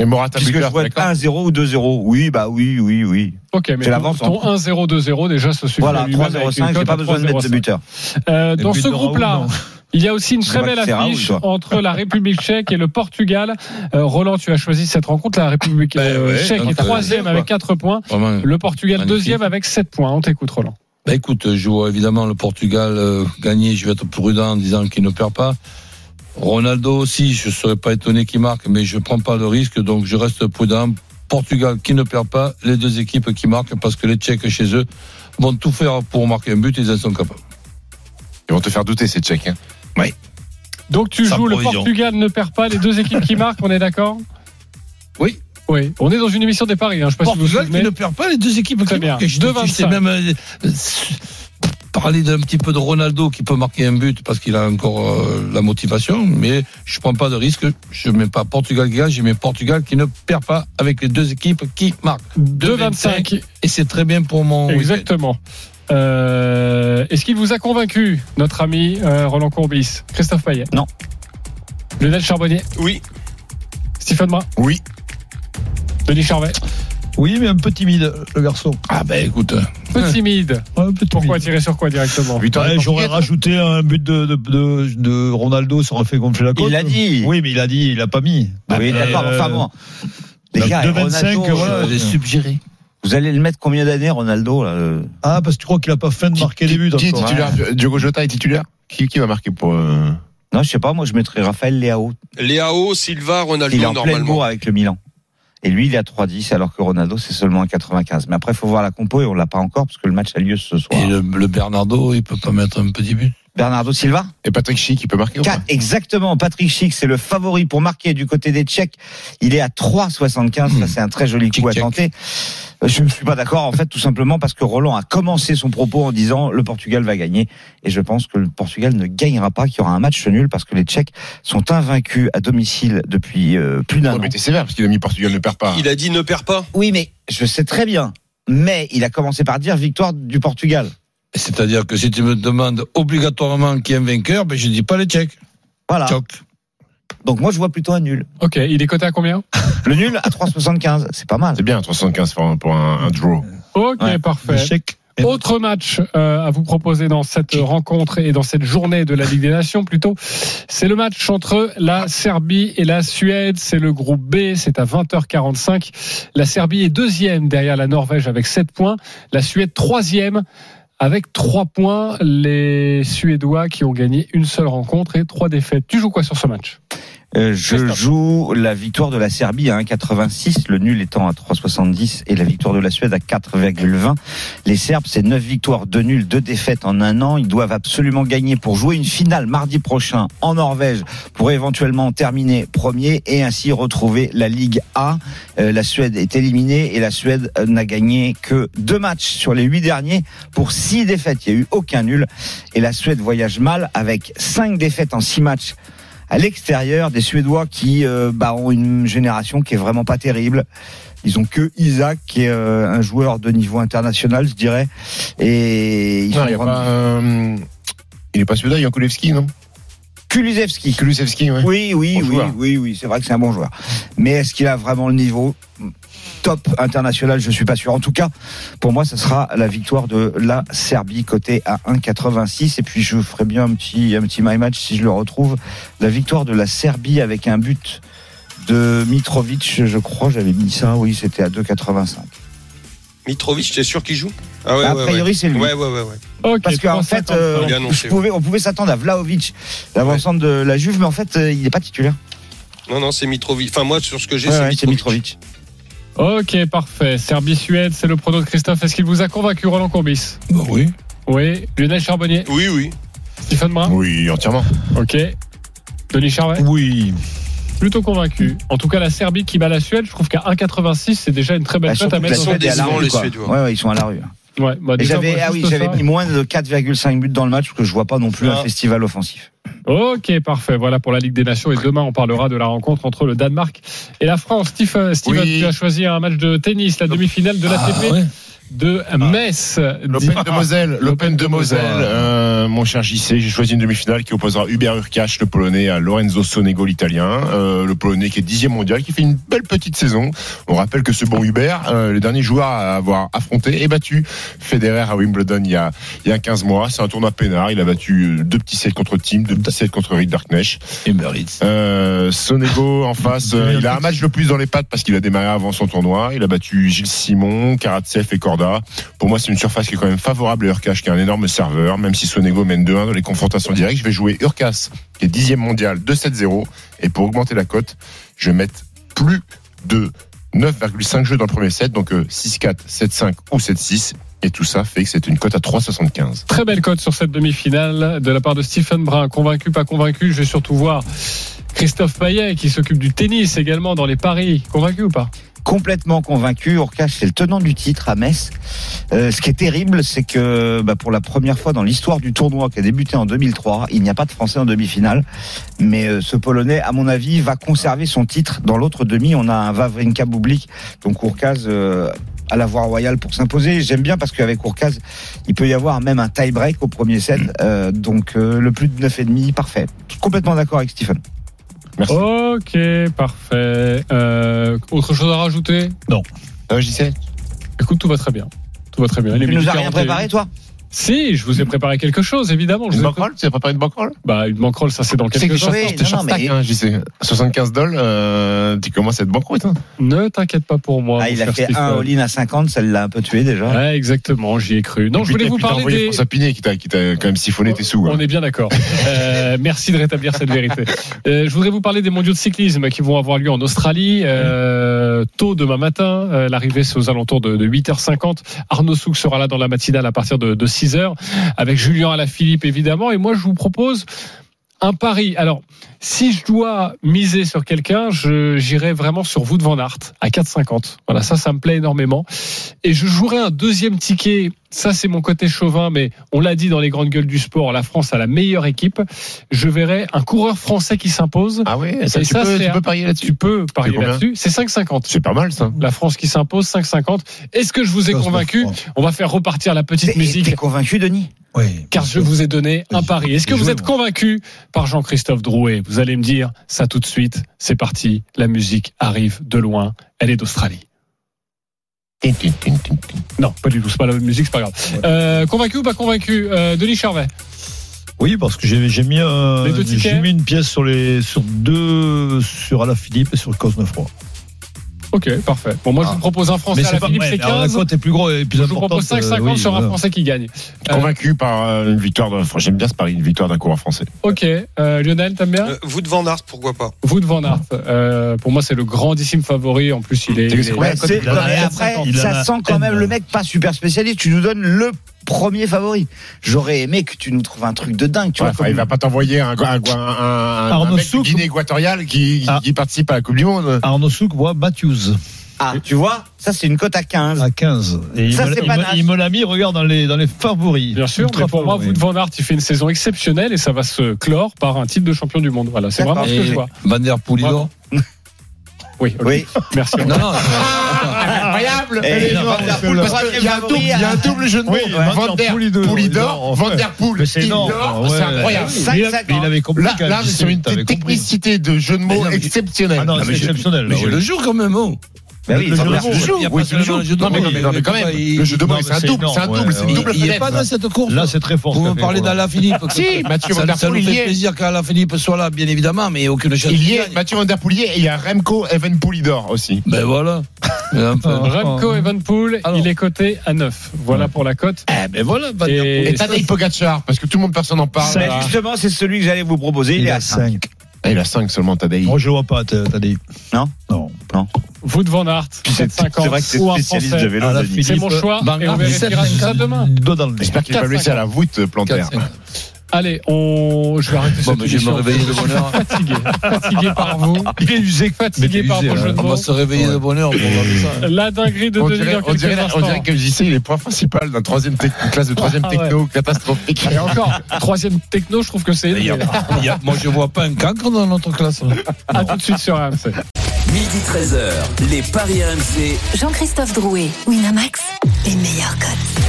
C: Et Morata
D: Puisque je
C: buteur,
D: vois
C: d'accord
D: 1-0 ou 2-0. Oui, bah oui, oui, oui.
A: Ok, mais
D: C'est l'avance, hein.
A: ton 1-0-2-0 déjà, ça suffit.
D: Voilà,
A: à lui-même avec une
D: 3-0-5, j'ai
A: cote
D: pas
A: à
D: besoin de mettre de
A: 3-0-5.
D: buteur.
A: Euh,
B: Le
A: dans
B: but
A: ce
B: de Raoul,
A: groupe-là,
B: non.
A: il y a aussi une
D: Je sais
A: très
D: pas
A: belle
D: que c'est Raoul,
A: affiche
D: toi.
A: entre la République tchèque et le Portugal. Euh, Roland, tu as choisi cette rencontre. La République
B: Bah,
A: euh,
E: ouais,
A: tchèque
E: donc,
A: est
E: euh,
A: troisième
E: quoi.
A: avec 4 points.
E: Vraiment.
A: Le Portugal
E: Magnifique.
A: deuxième avec 7 points. On t'écoute, Roland.
E: Bah écoute, je vois évidemment le Portugal euh, gagner, je vais être prudent en disant qu'il ne perd pas. Ronaldo aussi, je ne serais pas étonné qu'il marque, mais je ne prends pas le risque, donc je reste prudent. Portugal qui ne perd pas, les deux équipes qui marquent, parce que les Tchèques chez eux vont tout faire pour marquer un but, ils en sont capables.
C: Ils vont te faire douter, ces Tchèques. hein.
A: Donc tu
E: Sans
A: joues, le
E: provision.
A: Portugal ne perd pas, les deux équipes qui marquent, on est d'accord
E: Oui.
A: Oui, on est dans une émission des paris, hein. je sais pas si vous vous
E: Portugal qui
A: souvenez.
E: ne perd pas, les deux équipes
A: Très
E: qui
A: bien.
E: marquent. Et Je,
A: Deux
E: je sais
A: vingt-cinq.
E: même euh, euh, parler d'un petit peu de Ronaldo qui peut marquer un but parce qu'il a encore euh, la motivation, mais je prends pas de risque. Je mets pas Portugal qui gagne, je mets Portugal qui ne perd pas avec les deux équipes qui marquent.
A: 2,25.
E: Et c'est très bien pour mon. week-end.
A: Exactement. Euh, Est-ce qu'il vous a convaincu, notre ami euh, Roland Courbis Christophe Payet
D: Non.
A: Lionel Charbonnier
I: Oui.
A: Stéphane Brun
C: Oui.
A: Denis Charvet
B: Oui, mais un peu timide, le garçon.
E: Ah ben écoute,
A: Peu timide.
B: Un peu timide.
A: Pourquoi tirer sur quoi directement
C: Buteur
B: Ouais,
C: des
B: J'aurais
C: Portugais.
B: rajouté un but de, de, de, de Ronaldo, ça aurait fait gonfler la côte.
D: Il l'a dit.
B: Oui, mais il a dit, il a pas mis.
D: Ah oui, d'accord.
B: Euh,
D: Enfin bon. Les
B: donc
D: gars,
B: 2,25,
D: Ronaldo, euh,
B: voilà.
E: je vais suggérer.
D: vous allez le mettre combien d'années, Ronaldo là, le-
B: Ah, parce que tu crois qu'il a pas faim de marquer des buts.
C: Qui est
B: encore.
C: titulaire Ah, Diogo Jota est titulaire qui, qui va marquer pour. euh,
D: Non, je sais pas. Moi, je mettrais Raphaël Leao.
I: Léao, Silva, Ronaldo,
D: Il est en pleine
I: normalement.
D: bourre avec le Milan. Et lui, il est à 3-10, alors que Ronaldo, c'est seulement à 95. Mais après, il faut voir la compo et on l'a pas encore, parce que le match a lieu ce soir.
E: Et le, le Bernardo, il peut pas mettre un petit but.
D: Bernardo Silva
C: Et Patrick Chi qui peut marquer ou pas
D: Quatre, Exactement, Patrick Schick, c'est le favori pour marquer du côté des Tchèques. Il est à 3,75, ça c'est un très joli coup à
E: Tchic-tchac.
D: tenter. Je ne suis pas d'accord, en fait, tout simplement parce que Roland a commencé son propos en disant le Portugal va gagner. Et je pense que le Portugal ne gagnera pas, qu'il y aura un match nul, parce que les Tchèques sont invaincus à domicile depuis euh, plus d'un
C: Ouais,
D: an.
C: mais t'es sévère parce qu'il a mis Portugal ne perd pas.
I: Il a dit ne perds pas.
D: Oui, mais je sais très bien. Mais il a commencé par dire victoire du Portugal.
E: C'est-à-dire que si tu me demandes obligatoirement qui est vainqueur, ben je dis pas les Tchèques.
B: Ah.
D: Voilà.
E: Tchoc.
D: Donc moi, je vois plutôt un nul.
A: Ok, il est coté à combien
D: Le nul à 3,75, c'est pas mal.
C: C'est bien, 375 pour un, pour un- un draw.
A: Ok,
D: Ouais,
A: parfait.
B: Échec. Et-
A: Autre match euh, à vous proposer dans cette rencontre et dans cette journée de la Ligue des Nations plutôt, c'est le match entre la Serbie et la Suède. C'est le groupe B, c'est à 20h45. La Serbie est deuxième derrière la Norvège avec 7 points. La Suède troisième avec 3 points. Les Suédois qui ont gagné une seule rencontre et trois défaites. Tu joues quoi sur ce match
D: Euh, je
A: Christophe.
D: joue la victoire de la Serbie à 1,86, le nul étant à 3,70 et la victoire de la Suède à 4,20. Les Serbes, c'est 9 victoires, 2 nuls, 2 défaites en un an. Ils doivent absolument gagner pour jouer une finale mardi prochain en Norvège pour éventuellement terminer premier et ainsi retrouver la Ligue A. Euh, la Suède est éliminée et la Suède euh, n'a gagné que deux matchs sur les huit derniers pour six défaites. Il n'y a eu aucun nul et la Suède voyage mal avec cinq défaites en six matchs à l'extérieur des Suédois qui euh, bah, ont une génération qui est vraiment pas terrible. Ils ont que Isaac qui est euh, un joueur de niveau international, je dirais. Et ils
C: Non,
D: sont
C: il y a
D: vraiment-
C: pas, euh, il est pas celui-là, Yankulevski, non
D: Kulusevski.
C: Kulusevski, ouais.
D: oui. Oui, oui, oui, oui, c'est vrai que c'est un bon joueur. Mais est-ce qu'il a vraiment le niveau top international Je suis pas sûr. En tout cas, pour moi, ce sera la victoire de la Serbie côté à 1,86. Et puis, je ferai bien un petit, un petit my match si je le retrouve. La victoire de la Serbie avec un but de Mitrovic, je crois, j'avais mis ça. Oui, c'était à 2,85.
I: Mitrovic, t'es sûr qu'il joue Ah ouais,
D: A
I: ouais,
D: priori,
I: ouais.
D: c'est lui.
I: Ouais, ouais, ouais, ouais.
D: Parce qu'en fait, euh,
I: hein, Il est
D: je
I: annoncé.
D: pouvais- on pouvait s'attendre à Vlaovic, l'avancante de la Juve, mais en fait, euh, il n'est pas titulaire.
I: Non, non, c'est Mitrovic. Enfin, moi, sur ce que j'ai,
D: Ouais,
I: c'est
D: ouais, c'est
I: Mitrovic.
D: Mitrovic.
A: Ok, parfait. Serbie-Suède, c'est le prono de Christophe. Est-ce qu'il vous a convaincu, Roland Courbis
B: Bah
E: oui.
A: Oui. Lionel Charbonnier
I: Oui, oui.
A: Stéphane Brun
C: Oui, entièrement.
A: Ok. Denis Charvet
B: Oui.
A: Plutôt convaincu. En tout cas, la Serbie qui bat la Suède, je trouve qu'à 1,86, c'est déjà une très belle
D: Bah,
A: cote
D: surtout
A: à
D: que
A: mettre
D: la
A: sur
D: Suède est à la
A: le
D: rue, quoi. Ouais, ouais, ils sont à la rue.
A: Ouais, bah,
D: Et
A: déjà,
D: j'avais
A: moi,
D: ah oui,
A: juste
D: j'avais
A: ça.
D: mis moins de 4,5 buts dans le match, parce que je vois pas non plus un festival offensif.
A: Ok, parfait. Voilà pour la Ligue des Nations. Et demain, on parlera de la rencontre entre le Danemark et la France. Stephen, Steven,
C: Oui. Ah,
A: tu as choisi un match de tennis, la demi-finale de
B: Ah
A: l'ATP
E: ouais.
A: de Metz.
C: L'Open
A: Dis-
C: de Moselle, l'Open de Moselle, euh, mon cher JC, j'ai choisi une demi-finale qui opposera Hubert Urkac, le Polonais, à Lorenzo Sonego, l'Italien, euh, le Polonais qui est dixième mondial, qui fait une belle petite saison. On rappelle que ce bon Hubert, euh, le dernier joueur à avoir affronté et battu Federer à Wimbledon il y a, il y a 15 mois, c'est un tournoi peinard, il a battu euh, deux petits sets contre Tim, deux petits sets contre Reed Darknesh. Euh, Sonego en face, euh, il a un match de plus dans les pattes parce qu'il a démarré avant son tournoi. Il a battu Gilles Simon, Karatsev et Korda. Pour moi, c'est une surface qui est quand même favorable à Urkash, qui est un énorme serveur. Même si Sonego mène 2-1 dans les confrontations directes, je vais jouer Urkas, qui est dixième mondial, 2-7-0. Et pour augmenter la cote, je vais mettre plus de 9,5 jeux dans le premier set, donc euh, 6-4, 7-5 ou 7-6. Et tout ça fait que c'est une cote à 3,75.
A: Très belle cote sur cette demi-finale de la part de Stephen Brun. Convaincu, pas convaincu, je vais surtout voir Christophe Payet qui s'occupe du tennis également dans les paris. Convaincu ou pas
D: Complètement convaincu, Urkash c'est le tenant du titre à Metz. Euh, ce qui est terrible, c'est que bah, pour la première fois dans l'histoire du tournoi qui a débuté en 2003, il n'y a pas de Français en demi-finale. Mais euh, ce Polonais, à mon avis, va conserver son titre. Dans l'autre demi, on a un Wawrinka Bublik, donc Urkash euh, à la voie royale pour s'imposer. J'aime bien parce qu'avec Urkash il peut y avoir même un tie-break au premier set. Euh, donc euh, le plus de 9,5, parfait. Complètement d'accord avec Stephen.
C: Merci.
A: Ok, parfait. Euh, autre chose à rajouter
C: Euh, JC
A: Écoute, tout va très bien. Tout va très bien. Il est
D: Tu nous as
A: 8h41.
D: rien préparé, toi
A: Si, je vous ai préparé quelque chose, évidemment. Je vous
C: Une
A: ai
C: banquerolle Tu as préparé une banquerolle
A: Bah, une banquerolle, ça c'est dans
C: Tu sais que
A: quelques
C: je
A: instants.
D: Oui,
C: te
D: non, non,
C: chastagne,
D: mais-
C: hein, JC. 75 dollars, euh, tu commences à être banqueroute. Hein.
A: Ne t'inquiète pas pour moi.
D: Ah,
A: mon
D: il a
A: cher
D: fait
A: Stephen.
D: un all-in à 50, ça l'a un peu tué déjà.
A: Ouais, exactement, j'y ai cru. Non,
C: Et
A: je
C: puis
A: voulais
C: t'as-
A: vous
C: puis t'as
A: parler
C: envoyé
A: des.
C: François Pinet qui t'a, qui t'a quand même siphonné tes sous.
A: On
C: hein.
A: est bien d'accord. Euh, merci de rétablir cette vérité. Euh, je voudrais vous parler des mondiaux de cyclisme qui vont avoir lieu en Australie euh, tôt demain matin. Euh, L'arrivée, c'est aux alentours de, de 8h50. Arnaud Souk sera là dans la matinale à partir de, de 6h avec Julien Alaphilippe, évidemment. Et moi, je vous propose un pari. Alors, si je dois miser sur quelqu'un, je- j'irai vraiment sur Wout Van Aert à 4,50. Voilà, ça, ça me plaît énormément. Et je jouerai un deuxième ticket. Ça, c'est mon côté chauvin, mais on l'a dit dans les grandes gueules du sport, la France a la meilleure équipe. Je verrai un coureur français qui s'impose.
C: Ah ouais, ça,
A: Et
C: tu,
A: ça,
C: peux,
A: c'est
C: tu
A: un-
C: peux parier là-dessus.
A: Tu peux parier
C: combien
A: là-dessus. C'est 5,50.
C: C'est pas mal ça.
A: La France qui s'impose, 5,50. Est-ce que je vous ai
B: Ça, c'est
A: convaincu
B: pas
A: On va faire repartir la petite
D: T'es
A: musique
D: t'es convaincu, Denis
B: Oui.
A: car je vous ai donné un pari. Est-ce que vous
B: Jouez,
A: êtes
B: moi.
A: convaincu par Jean-Christophe Drouet Vous allez me dire ça tout de suite. C'est parti. La musique arrive de loin. Elle est d'Australie.
C: Tin, tin, tin, tin, tin.
A: Non, pas du tout. C'est pas la même musique. C'est pas grave. Euh, convaincu ou pas convaincu euh, Denis Charvet.
B: Oui, parce que j'ai j'ai mis, euh,
A: Les deux tickets.
B: j'ai mis une pièce sur, les, sur deux, sur Alaphilippe et sur Cosnefroy.
A: Ok, parfait. Bon, moi je vous propose un français à la
B: pas
A: Philippe,
B: ouais,
A: c'est
B: Ah. mais alors,
A: 15.
B: La cote est plus grosse et plus
A: Je vous propose
B: importante.
A: 5,50
B: euh, oui,
A: sur un
B: voilà.
A: français qui gagne. Euh,
C: Convaincu par euh, une victoire de France. J'aime bien ce pari, une victoire d'un coureur français.
A: ok, euh, Lionel, t'aimes bien
I: Euh, vous de Van Aert, pourquoi pas
A: Wout van Aert. euh, pour moi, c'est le grandissime favori. En plus, il est.
C: T'es-
A: il
C: c'est
A: est-
C: combien
D: Ouais,
C: la cote
D: c'est-
B: il en a
D: non, mais
B: un,
D: après,
B: cinquante. Il en
D: ça
B: a
D: sent quand
B: un.
D: même le mec pas super spécialiste. Tu nous donnes le premier favori. J'aurais aimé que tu nous trouves un truc de dingue. Tu
C: Ouais,
D: vois,
C: enfin,
D: comme-
C: il va pas t'envoyer un, un, un, un, un
B: Arnaud
C: mec de
B: Souk.
C: Guinée équatoriale qui, qui-
B: Ah.
C: qui participe à la Coupe du Monde.
B: Arnaud Souk voit Matthews.
D: Ah, tu vois, ça c'est une cote à 15.
B: À 15. Et
D: Ça,
B: il me-
D: c'est
B: il
D: pas
B: me-
D: naze.
B: il me l'a mis, regarde, dans les, dans les favoris.
A: Bien sûr, mais pour moi, Wout Van Aert, il fait une saison exceptionnelle et ça va se clore par un titre de champion du monde. Voilà, c'est
E: D'accord.
A: vraiment ce que
E: Et
A: je vois.
E: Van der Poel, il
A: Bravo. Oui, ok.
D: Oui.
A: Merci.
E: Non, non,
D: Ah, Incroyable
B: Eh, non, parce que- parce
D: qu'il y a un double- il y a un double jeu de
B: Oui,
D: mots.
B: Van der Poel, il dort.
C: Poel, il dort. Van der Poel,
B: Mais c'est
C: il
B: énorme.
C: dort.
B: Ouais.
C: C'est incroyable.
B: Il-
D: Cinq,
B: il-
D: cinq,
B: Il avait compris.
C: Là,
B: qu'à
C: là, on est sur
B: 17,
C: une
B: t'avais compris.
C: technicité de jeu de
E: Mais non,
C: mots
E: mais-
C: exceptionnelle.
B: Ah non,
C: Ah, mais
B: c'est
C: je-
B: exceptionnel.
E: Mais
B: là,
E: je
B: oui.
E: le jure quand même, oh.
D: Bah oui,
B: Le
D: Van
B: jeu
D: der
B: de
D: Poel.
B: mots.
E: Il y a
C: Oui,
E: pas
C: c'est le
E: seulement
C: jour.
E: le jeu de
C: Non, mais
E: mots,
C: non, mais non, mais quand même,
E: il-
C: le jeu de
B: Non,
C: mots, c'est un
B: mais
C: double,
B: c'est
C: c'est un
B: énorme,
C: double,
B: ouais,
C: c'est
B: ouais.
C: une double
E: Il n'est
C: fenêtre.
E: pas dans cette course.
B: Là, c'est très fort.
E: Vous
B: ce
E: me
B: qu'a
E: parlez
B: fait Roland.
E: d'Ala Philippe.
C: Si, Mathieu Van
E: ça,
C: der
E: ça nous
C: Poel, il y
E: fait
C: est.
E: plaisir qu'Ala Philippe soit là, bien évidemment, mais aucune chance.
C: Il y
E: qu'il
C: est,
E: gagne.
C: Mathieu Van Der Poel y est, et il y a Remco Evenpool, il dort aussi.
E: Ben voilà. Et euh, enfin,
A: Remco Evenpool,
E: Alors.
A: il est coté à 9. Voilà pour la cote.
C: Eh ben voilà, Van Der
A: Et-
C: Poel. Et Tadej Pogacar, parce que tout le monde, personne n'en
E: Ah,
C: parle.
D: Mais Justement, c'est celui que j'allais vous proposer. Il est à 5.
C: Ah, Il a 5 seulement, Tadej.
B: Moi, je le vois pas, t'as t'as dit.
D: Non
B: Non.
A: Wout Van Aert,
D: C'est
A: 7,50.
D: c'est vrai que c'est
A: ou un
D: spécialiste de
A: Français.
D: vélo.
B: Ah, la
D: Denis.
A: C'est mon choix
E: Van
A: et on
E: Aert,
A: verra tout ça
E: 17,50.
A: demain.
B: Dos dans le nez.
C: J'espère qu'il n'est pas blessé à la voûte plantaire.
E: 4-5.
A: Allez, on... je vais arrêter
E: Bon,
A: cette
E: ben, je vais me
A: émission.
E: réveiller de bonheur.
A: Fatigué, fatigué par vous,
B: Il est usé.
A: fatigué par vos jeux de
E: hein. On
A: mots.
E: va se réveiller de bonheur pour voir tout ça.
A: La dinguerie de
C: On
A: Denis
C: dirait,
A: dans
C: on,
A: quelques
C: dirait, on
A: instants.
C: dirait que JC, il est point principal d'un troisième tec- une classe de troisième
A: Ah ouais.
C: techno catastrophique.
A: Et encore, troisième techno, je trouve que c'est.
E: Il y a- il y a- Moi, je vois pas un cancre dans notre classe. hein.
A: À tout de suite sur AMC.
G: Midi 13h, les Paris RMC.
F: Jean-Christophe Drouet, Winamax, les meilleurs cotes.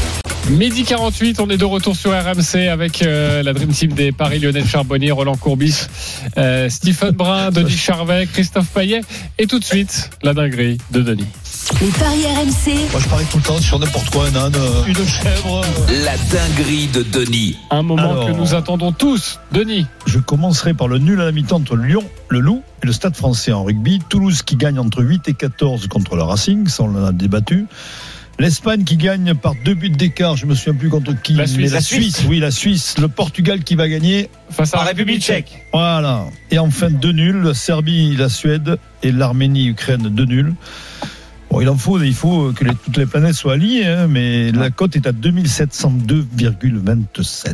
A: Midi 48, on est de retour sur RMC avec euh, la Dream Team des Paris Lionel Charbonnier, Roland Courbis, euh, Stephen Brun, Denis Charvet, Christophe Payet. Et tout de suite, la dinguerie de Denis.
F: Les paris RMC,
B: Moi, je parie tout le temps sur n'importe quoi, un âne, euh, une chèvre. euh.
G: La dinguerie de Denis.
A: Un moment
B: Alors.
A: que nous attendons tous. Denis,
B: Je commencerai par le nul à la mi-temps entre Lyon, le Loup et le Stade français en rugby. Toulouse qui gagne entre 8 et 14 contre le Racing, ça on en a débattu. L'Espagne qui gagne par deux buts d'écart, je me souviens plus contre qui.
A: La Suisse.
B: mais la,
A: La
B: Suisse. oui, la Suisse. Le Portugal qui va gagner.
A: face à
D: La République tchèque.
B: Voilà. Et enfin, deux nuls. la Serbie, la Suède et l'Arménie, Ukraine, deux nuls. Bon, il en faut, il faut que les- toutes les planètes soient alliées, hein, mais la cote est à 2702,27.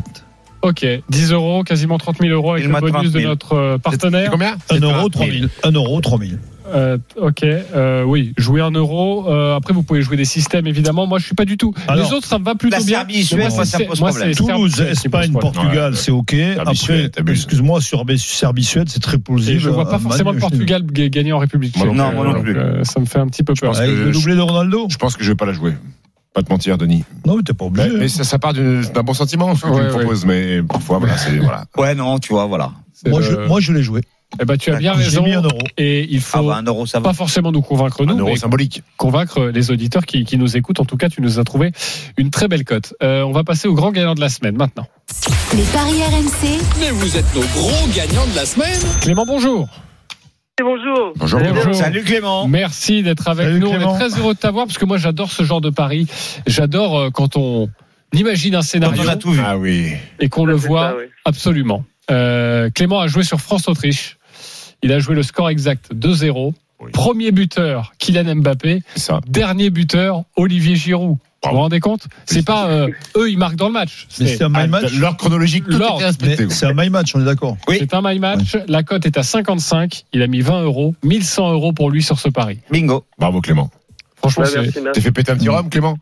A: Ok, 10 euros, quasiment 30 000 euros avec
D: Il
A: le
D: m'a
A: bonus
D: 30
A: de
D: 000.
A: notre euh,
C: C'est
A: partenaire.
C: combien
B: 1 euro 3000. 1 euro 3000.
A: Euh, ok, euh, oui, jouer un euro. Euh, après, vous pouvez jouer des systèmes, évidemment. Moi, je suis pas du tout.
B: Alors,
A: Les autres, ça me va plutôt
D: la
A: bien.
D: Serbie,
A: Mais
D: Suède,
A: moi,
D: moi,
A: c'est-
D: ça me pose
A: moi,
D: problène.
A: c'est
B: Toulouse,
A: Serbie qui
B: Espagne,
A: pose problème.
B: Portugal,
C: Ouais.
B: c'est OK. Après,
C: t'abuses.
B: excuse-moi, sur Serbie-Suède, c'est très
A: Et
B: plausible.
A: je vois pas
B: Euh,
A: forcément
B: Manu,
A: le
B: je-
A: Portugal ga- gagner en République
C: Moi
A: tchèque.
C: non
D: plus, moi non
A: Donc,
D: plus.
A: euh, ça me fait un petit peu peur.
C: pense
B: Avec
C: que
B: le
C: je-
B: doublé de Ronaldo
C: Je pense que je vais pas la jouer. Pas te mentir, Denis.
B: Non, mais t'es pas
C: Mais,
B: obligé.
C: mais ça, ça part d'une- d'un bon sentiment, ce que
A: Ouais,
C: tu me
A: ouais.
C: proposes, mais parfois, voilà, c'est. Voilà.
D: Ouais, non, tu vois, voilà.
A: C'est
B: moi,
A: le-
B: je, moi, je l'ai joué.
A: Eh ben, tu as bien
B: J'ai
A: raison.
B: mis un euro.
A: Et il faut
D: Ah bah, un euro, ça va.
A: pas forcément nous convaincre
C: Un
E: Ah,
A: nous,
C: euro
A: mais
C: symbolique.
A: convaincre les auditeurs qui, qui nous écoutent. En tout cas, tu nous as trouvé une très belle cote. Euh, on va passer au grand gagnant de la semaine maintenant.
F: les paris RMC,
G: Mais vous êtes nos gros gagnants de la semaine.
A: Clément, bonjour.
L: Bonjour.
C: Bonjour.
A: Bonjour.
D: Salut Clément.
A: Merci d'être avec
B: Salut,
A: nous.
B: Clément.
A: On est très heureux de t'avoir parce que moi j'adore ce genre de pari. J'adore euh, quand on imagine un
D: Quand
A: scénario
D: on a tout vu.
C: Ah oui.
A: et qu'on le voit absolument. Euh, Clément a joué sur France-Autriche. Il a joué le score exact 2-0.
C: Oui.
A: Premier buteur, Kylian Mbappé.
C: C'est ça.
A: Dernier buteur, Olivier Giroud. Vous
C: Bravo.
A: vous rendez compte C'est pas euh, eux, ils marquent dans le match.
B: Mais
A: C'est
B: c'est un my
C: Ah,
B: match.
C: L'ordre chronologique, tout
A: L'ordre.
C: était
B: Mais
C: respecté.
B: c'est un my match, on est d'accord.
A: c'est un my match. La cote est à 55. Il a mis 20 euros, 1100 euros pour lui sur ce pari.
D: Bingo.
C: Bravo, Clément.
A: Franchement,
L: Bah,
A: c'est.
L: merci, merci.
C: T'es fait péter un petit
E: Mm.
C: rhum, Clément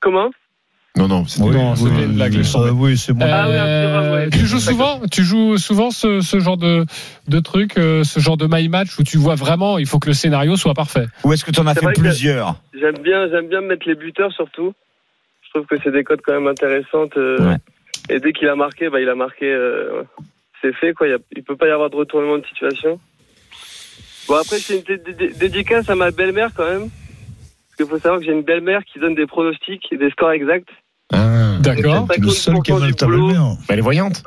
L: Comment
C: Non, non, c'était.
A: Non, c'était une blague, le son.
B: Euh, oui, c'est bon.
L: Ah ouais,
A: Euh,
L: ouais, ouais.
A: tu joues souvent, tu joues souvent ce, ce genre de, de truc, euh, ce genre de my match où tu vois vraiment, il faut que le scénario soit parfait.
D: Ou est-ce que t'en as
L: C'est
D: fait
L: vrai que-
D: plusieurs
L: J'aime bien, j'aime bien mettre les buteurs surtout. Je trouve que c'est des codes quand même intéressantes. euh,
D: Ouais.
L: Et dès qu'il a marqué, bah, il a marqué. euh, ouais. c'est fait quoi. Il y a- il peut pas y avoir de retournement de situation. Bon après, j'ai une dé- dé- dé- dédicace à ma belle-mère quand même. Parce qu'il faut savoir que j'ai une belle-mère qui donne des pronostics, et des scores exacts.
C: Ah,
A: D'accord.
B: T'es le seul qui a mal ta belle-mère.
C: bah, elle est voyante.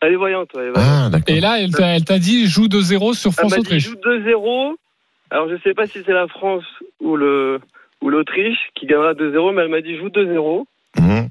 L: Elle est voyante. Ouais, elle est voyante.
C: Ah, d'accord.
A: Et là, elle t'a, elle t'a dit joue 2-0 sur
L: Elle m'a dit,
A: France-Autriche.
L: Ah bah, joue 2-0. Alors, je sais pas si c'est la France ou le ou l'Autriche qui gagnera 2-0, mais elle m'a dit joue 2-0.
C: Mhm.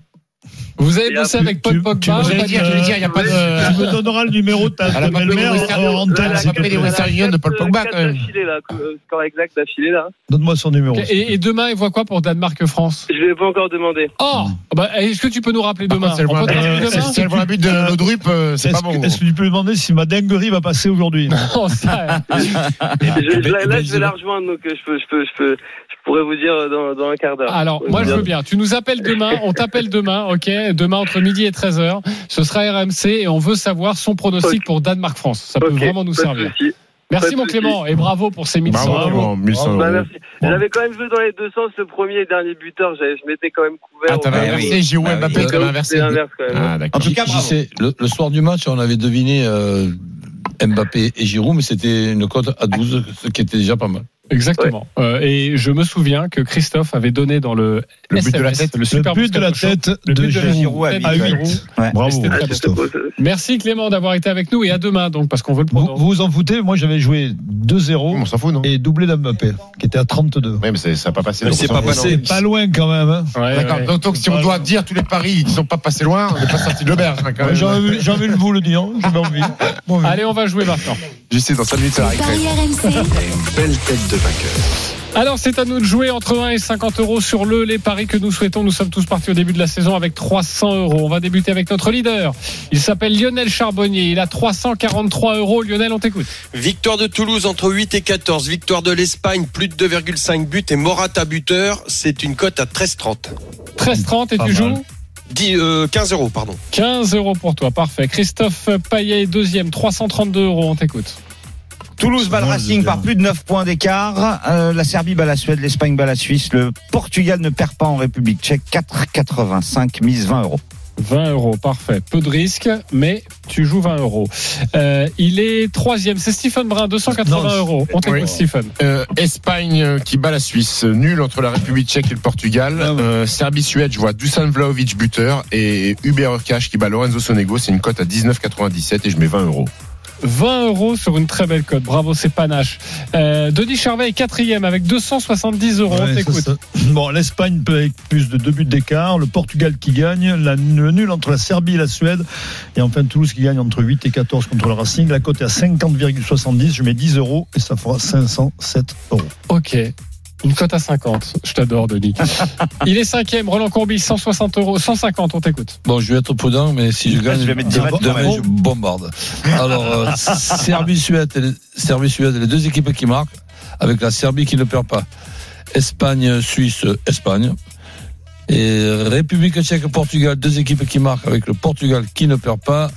A: Vous avez bossé avec Paul
M: Tu
A: Pogba
M: me- j'allais
A: pas
M: dire,
A: de-
M: j'allais dire, il n'y a pas de.
B: Tu me donneras le numéro de ta
M: Elle a
B: ta
M: pas
B: belle-mère en en
M: Elle a
B: tête. s'il te
M: tapé des
B: plaît.
M: Western Union de Paul Pogba quand même.
L: d'affilée, là, euh, score exact d'affilée, là.
B: Donne-moi son numéro.
A: Et, et demain, il voit quoi pour Danemark-France
L: Je l'ai pas encore demandé.
A: Oh bah, Est-ce que tu peux nous rappeler demain
M: Mmh. contre, c'est le
A: On peut
M: point-
A: te rappeler
M: euh,
A: demain
M: c'est le point but de Laudrup, euh, c'est
B: Est-ce
M: pas
B: que-
M: bon.
B: Est-ce que tu peux lui demander si ma dinguerie va passer aujourd'hui
A: Non, ça,
M: Ah, eh
L: Je-
M: ben,
L: je- là, je vais la rejoindre, donc euh, je peux, je peux, je peux, je pourrais vous dire euh, dans, dans un quart d'heure.
A: Alors, moi je veux bien. Tu nous appelles demain, on t'appelle demain, ok Demain entre midi et 13h. Ce sera RMC et on veut savoir son pronostic pour Danemark-France. Ça peut
L: Ok,
A: vraiment nous
L: pas de
A: servir.
L: souci. Pas
A: Merci
L: de
A: mon
L: souci.
A: Clément et bravo pour ces 1100
C: Bravo, Clément, 1100
L: Bah,
C: euros.
L: merci. J'avais quand même joué dans les deux sens le premier et dernier buteur. j'avais- Je m'étais quand même couvert.
M: Ah, t'avais
L: au-
M: inversé, Giroud et
D: Bah,
L: Ah,
M: Mbappé,
L: oui.
M: t'avais inversé.
L: C'est inverse, quand même.
M: Ah, d'accord.
E: J'y- j'y sais, le, le soir du match, on avait deviné euh, Mbappé et Giroud, mais c'était une cote à 12,
I: Ah.
E: ce qui était déjà pas mal.
A: Exactement. Euh, et je me souviens que Christophe avait donné dans le,
B: Le but de la
A: SMS,
B: tête,
A: le super
B: but de la
A: Moscato Show,
B: tête
A: le but
B: de
A: la
B: Giroud
A: tête
B: à
A: de
B: 8.
A: Giroud.
D: Ouais.
A: Et
B: Bravo,
A: c'était très bon.
B: Christophe.
A: Merci Clément d'avoir été avec nous et à demain donc parce qu'on veut le
B: Vous
A: prendre.
B: vous vous en foutez Moi, j'avais joué 2-0
C: On s'en fout, non
B: et doublé d'Mbappé, qui était à 32.
C: Ouais, mais c'est- ça n'a pas passé.
I: Mais
C: donc
I: c'est
C: on s'en
I: pas
C: fout.
I: passé.
B: Pas loin quand même. hein.
A: Ouais,
M: D'accord.
A: ouais.
M: Donc, donc, si on doit dire tous les paris qui sont pas passés loin, on n'est pas sorti de l'auberge. hein, quand
B: Ouais,
M: même.
B: J'ai envie j'ai envie de vous le dire. J'ai envie. J'ai envie.
A: Allez, on va jouer maintenant.
C: J'y sais, dans 5 minutes, ça
F: Les
C: arrive.
F: Paris RMC,
N: Belle tête de vainqueur.
A: Alors c'est à nous de jouer entre 1 et 50 euros sur le les paris que nous souhaitons. Nous sommes tous partis au début de la saison avec 300 euros. On va débuter avec notre leader. Il s'appelle Lionel Charbonnier. Il a 343 euros. Lionel, on t'écoute.
I: Victoire de Toulouse entre 8 et 14. Victoire de l'Espagne, plus de 2,5 buts. Et Morata buteur, c'est une cote à 13,30.
A: 13,30 et
B: Pas
A: tu
B: mal.
A: joues
I: Dix- euh, 15 euros, pardon.
A: 15 euros pour toi. Parfait. Christophe Payet, deuxième, 332 euros. On t'écoute.
D: Toulouse bat le
B: Moi, je veux
D: Racing
B: dire.
D: par plus de 9 points d'écart. Euh, la Serbie bat la Suède, l'Espagne bat la Suisse. Le Portugal ne perd pas en République tchèque. 4,85 mise 20 euros.
A: 20 euros, parfait. Peu de risques, mais tu joues 20 euros. Euh, il est troisième, c'est Stephen Brun, 280
B: Non,
A: euros. On t'écoute,
C: oui.
A: Stephen.
C: Euh, Espagne euh, qui bat la Suisse, Euh, nul entre la République tchèque et le Portugal. Euh, Serbie-Suède, je vois Dusan Vlahovic buteur et Hubert Urkash qui bat Lorenzo Sonego, c'est une cote à 19,97 et je mets 20 euros.
A: 20 euros sur une très belle cote. Bravo, c'est panache. Euh, Denis Charvet est quatrième avec 270 euros. on
B: Ouais,
A: t'écoute.
B: ça, ça. Bon, l'Espagne peut avec plus de deux buts d'écart, le Portugal qui gagne, la, le nul entre la Serbie et la Suède, et enfin Toulouse qui gagne entre 8 et 14 contre le Racing. La cote est à 50,70, je mets 10 euros et ça fera 507 euros.
A: Ok. Une cote à 50. Je t'adore, Denis. il est cinquième, Roland Courbis, 160 euros. 150, on t'écoute.
E: Bon, je vais être prudent, mais si je
D: Là,
E: gagne,
D: je vais mettre des
E: demain,
D: battes quand
E: demain,
D: même.
E: je bombarde. Alors, euh, Serbie-Suède, et les- Serbie-Suède, les deux équipes qui marquent, avec la Serbie qui ne perd pas. Espagne-Suisse, Espagne. Et République tchèque-Portugal, deux équipes qui marquent, avec le Portugal qui ne perd pas.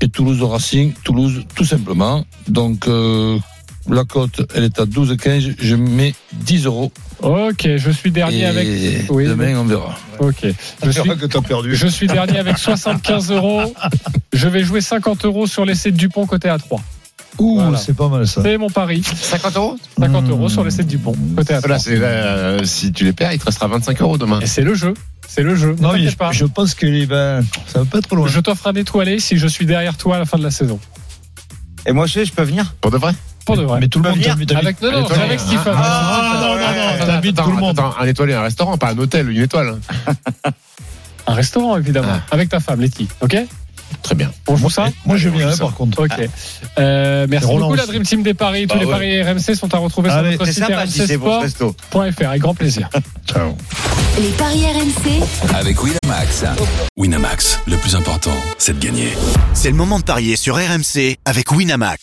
E: Et Toulouse au Racing, Toulouse tout simplement. Donc, euh, la cote, elle est à 12,15. Je mets 10 euros.
A: Ok, je suis dernier
E: Et
A: avec. Oui,
E: demain, on verra.
A: ok. Je suis,
B: que t'as perdu.
A: je suis dernier avec 75 euros. Je vais jouer 50 euros sur l'essai de Dupont côté A3.
B: Ouh,
A: Voilà.
B: c'est pas mal ça.
A: C'est mon pari.
M: 50 euros
A: 50 euros sur l'essai de Dupont côté A3.
C: Voilà, c'est, euh, si tu les perds, il te restera 25 euros demain.
A: Et c'est le jeu. C'est le jeu. Ne
B: Non, mais
A: t'inquiète
B: je,
A: pas.
B: je pense que les, ben, ça va pas être loin.
A: Je t'offre un étoilé si je suis derrière toi à la fin de la saison.
D: Et moi, je sais, je peux venir
C: Pour de vrai
A: Pour de vrai.
B: Mais tout le
D: Tu
B: monde
D: peux venir
B: t'invite-
A: Avec,
B: t'invite-
A: non, non,
C: Allez, toi,
A: c'est avec
C: hein.
A: Stephen.
B: Ah, non, non, non,
C: Attends,
B: t'invites tout le
C: attends,
B: monde.
C: attends, un étoilé, un restaurant, pas un hôtel, une étoile.
A: Un restaurant, évidemment. Avec ta femme, Letty. OK
C: Très bien.
A: On joue ça
B: Ah. Moi, je
C: Allez,
B: viens,
C: on
B: hein,
C: joue ça.
B: par contre.
A: OK. Euh, merci
B: Roland
A: beaucoup, la
B: aussi. Ah,
A: Dream Team des Paris. Tous
C: Bah
A: les
C: ouais.
A: paris RMC sont à retrouver sur
B: Allez,
A: notre
D: Ah, C'est
A: site
D: sympa si c'est pour ce
A: rmcsport.fr.
D: resto.
A: Avec grand plaisir.
B: Ciao.
F: les paris RMC,
G: Avec Winamax.
N: Winamax, le plus important, c'est de gagner.
O: C'est le moment de parier sur RMC avec Winamax.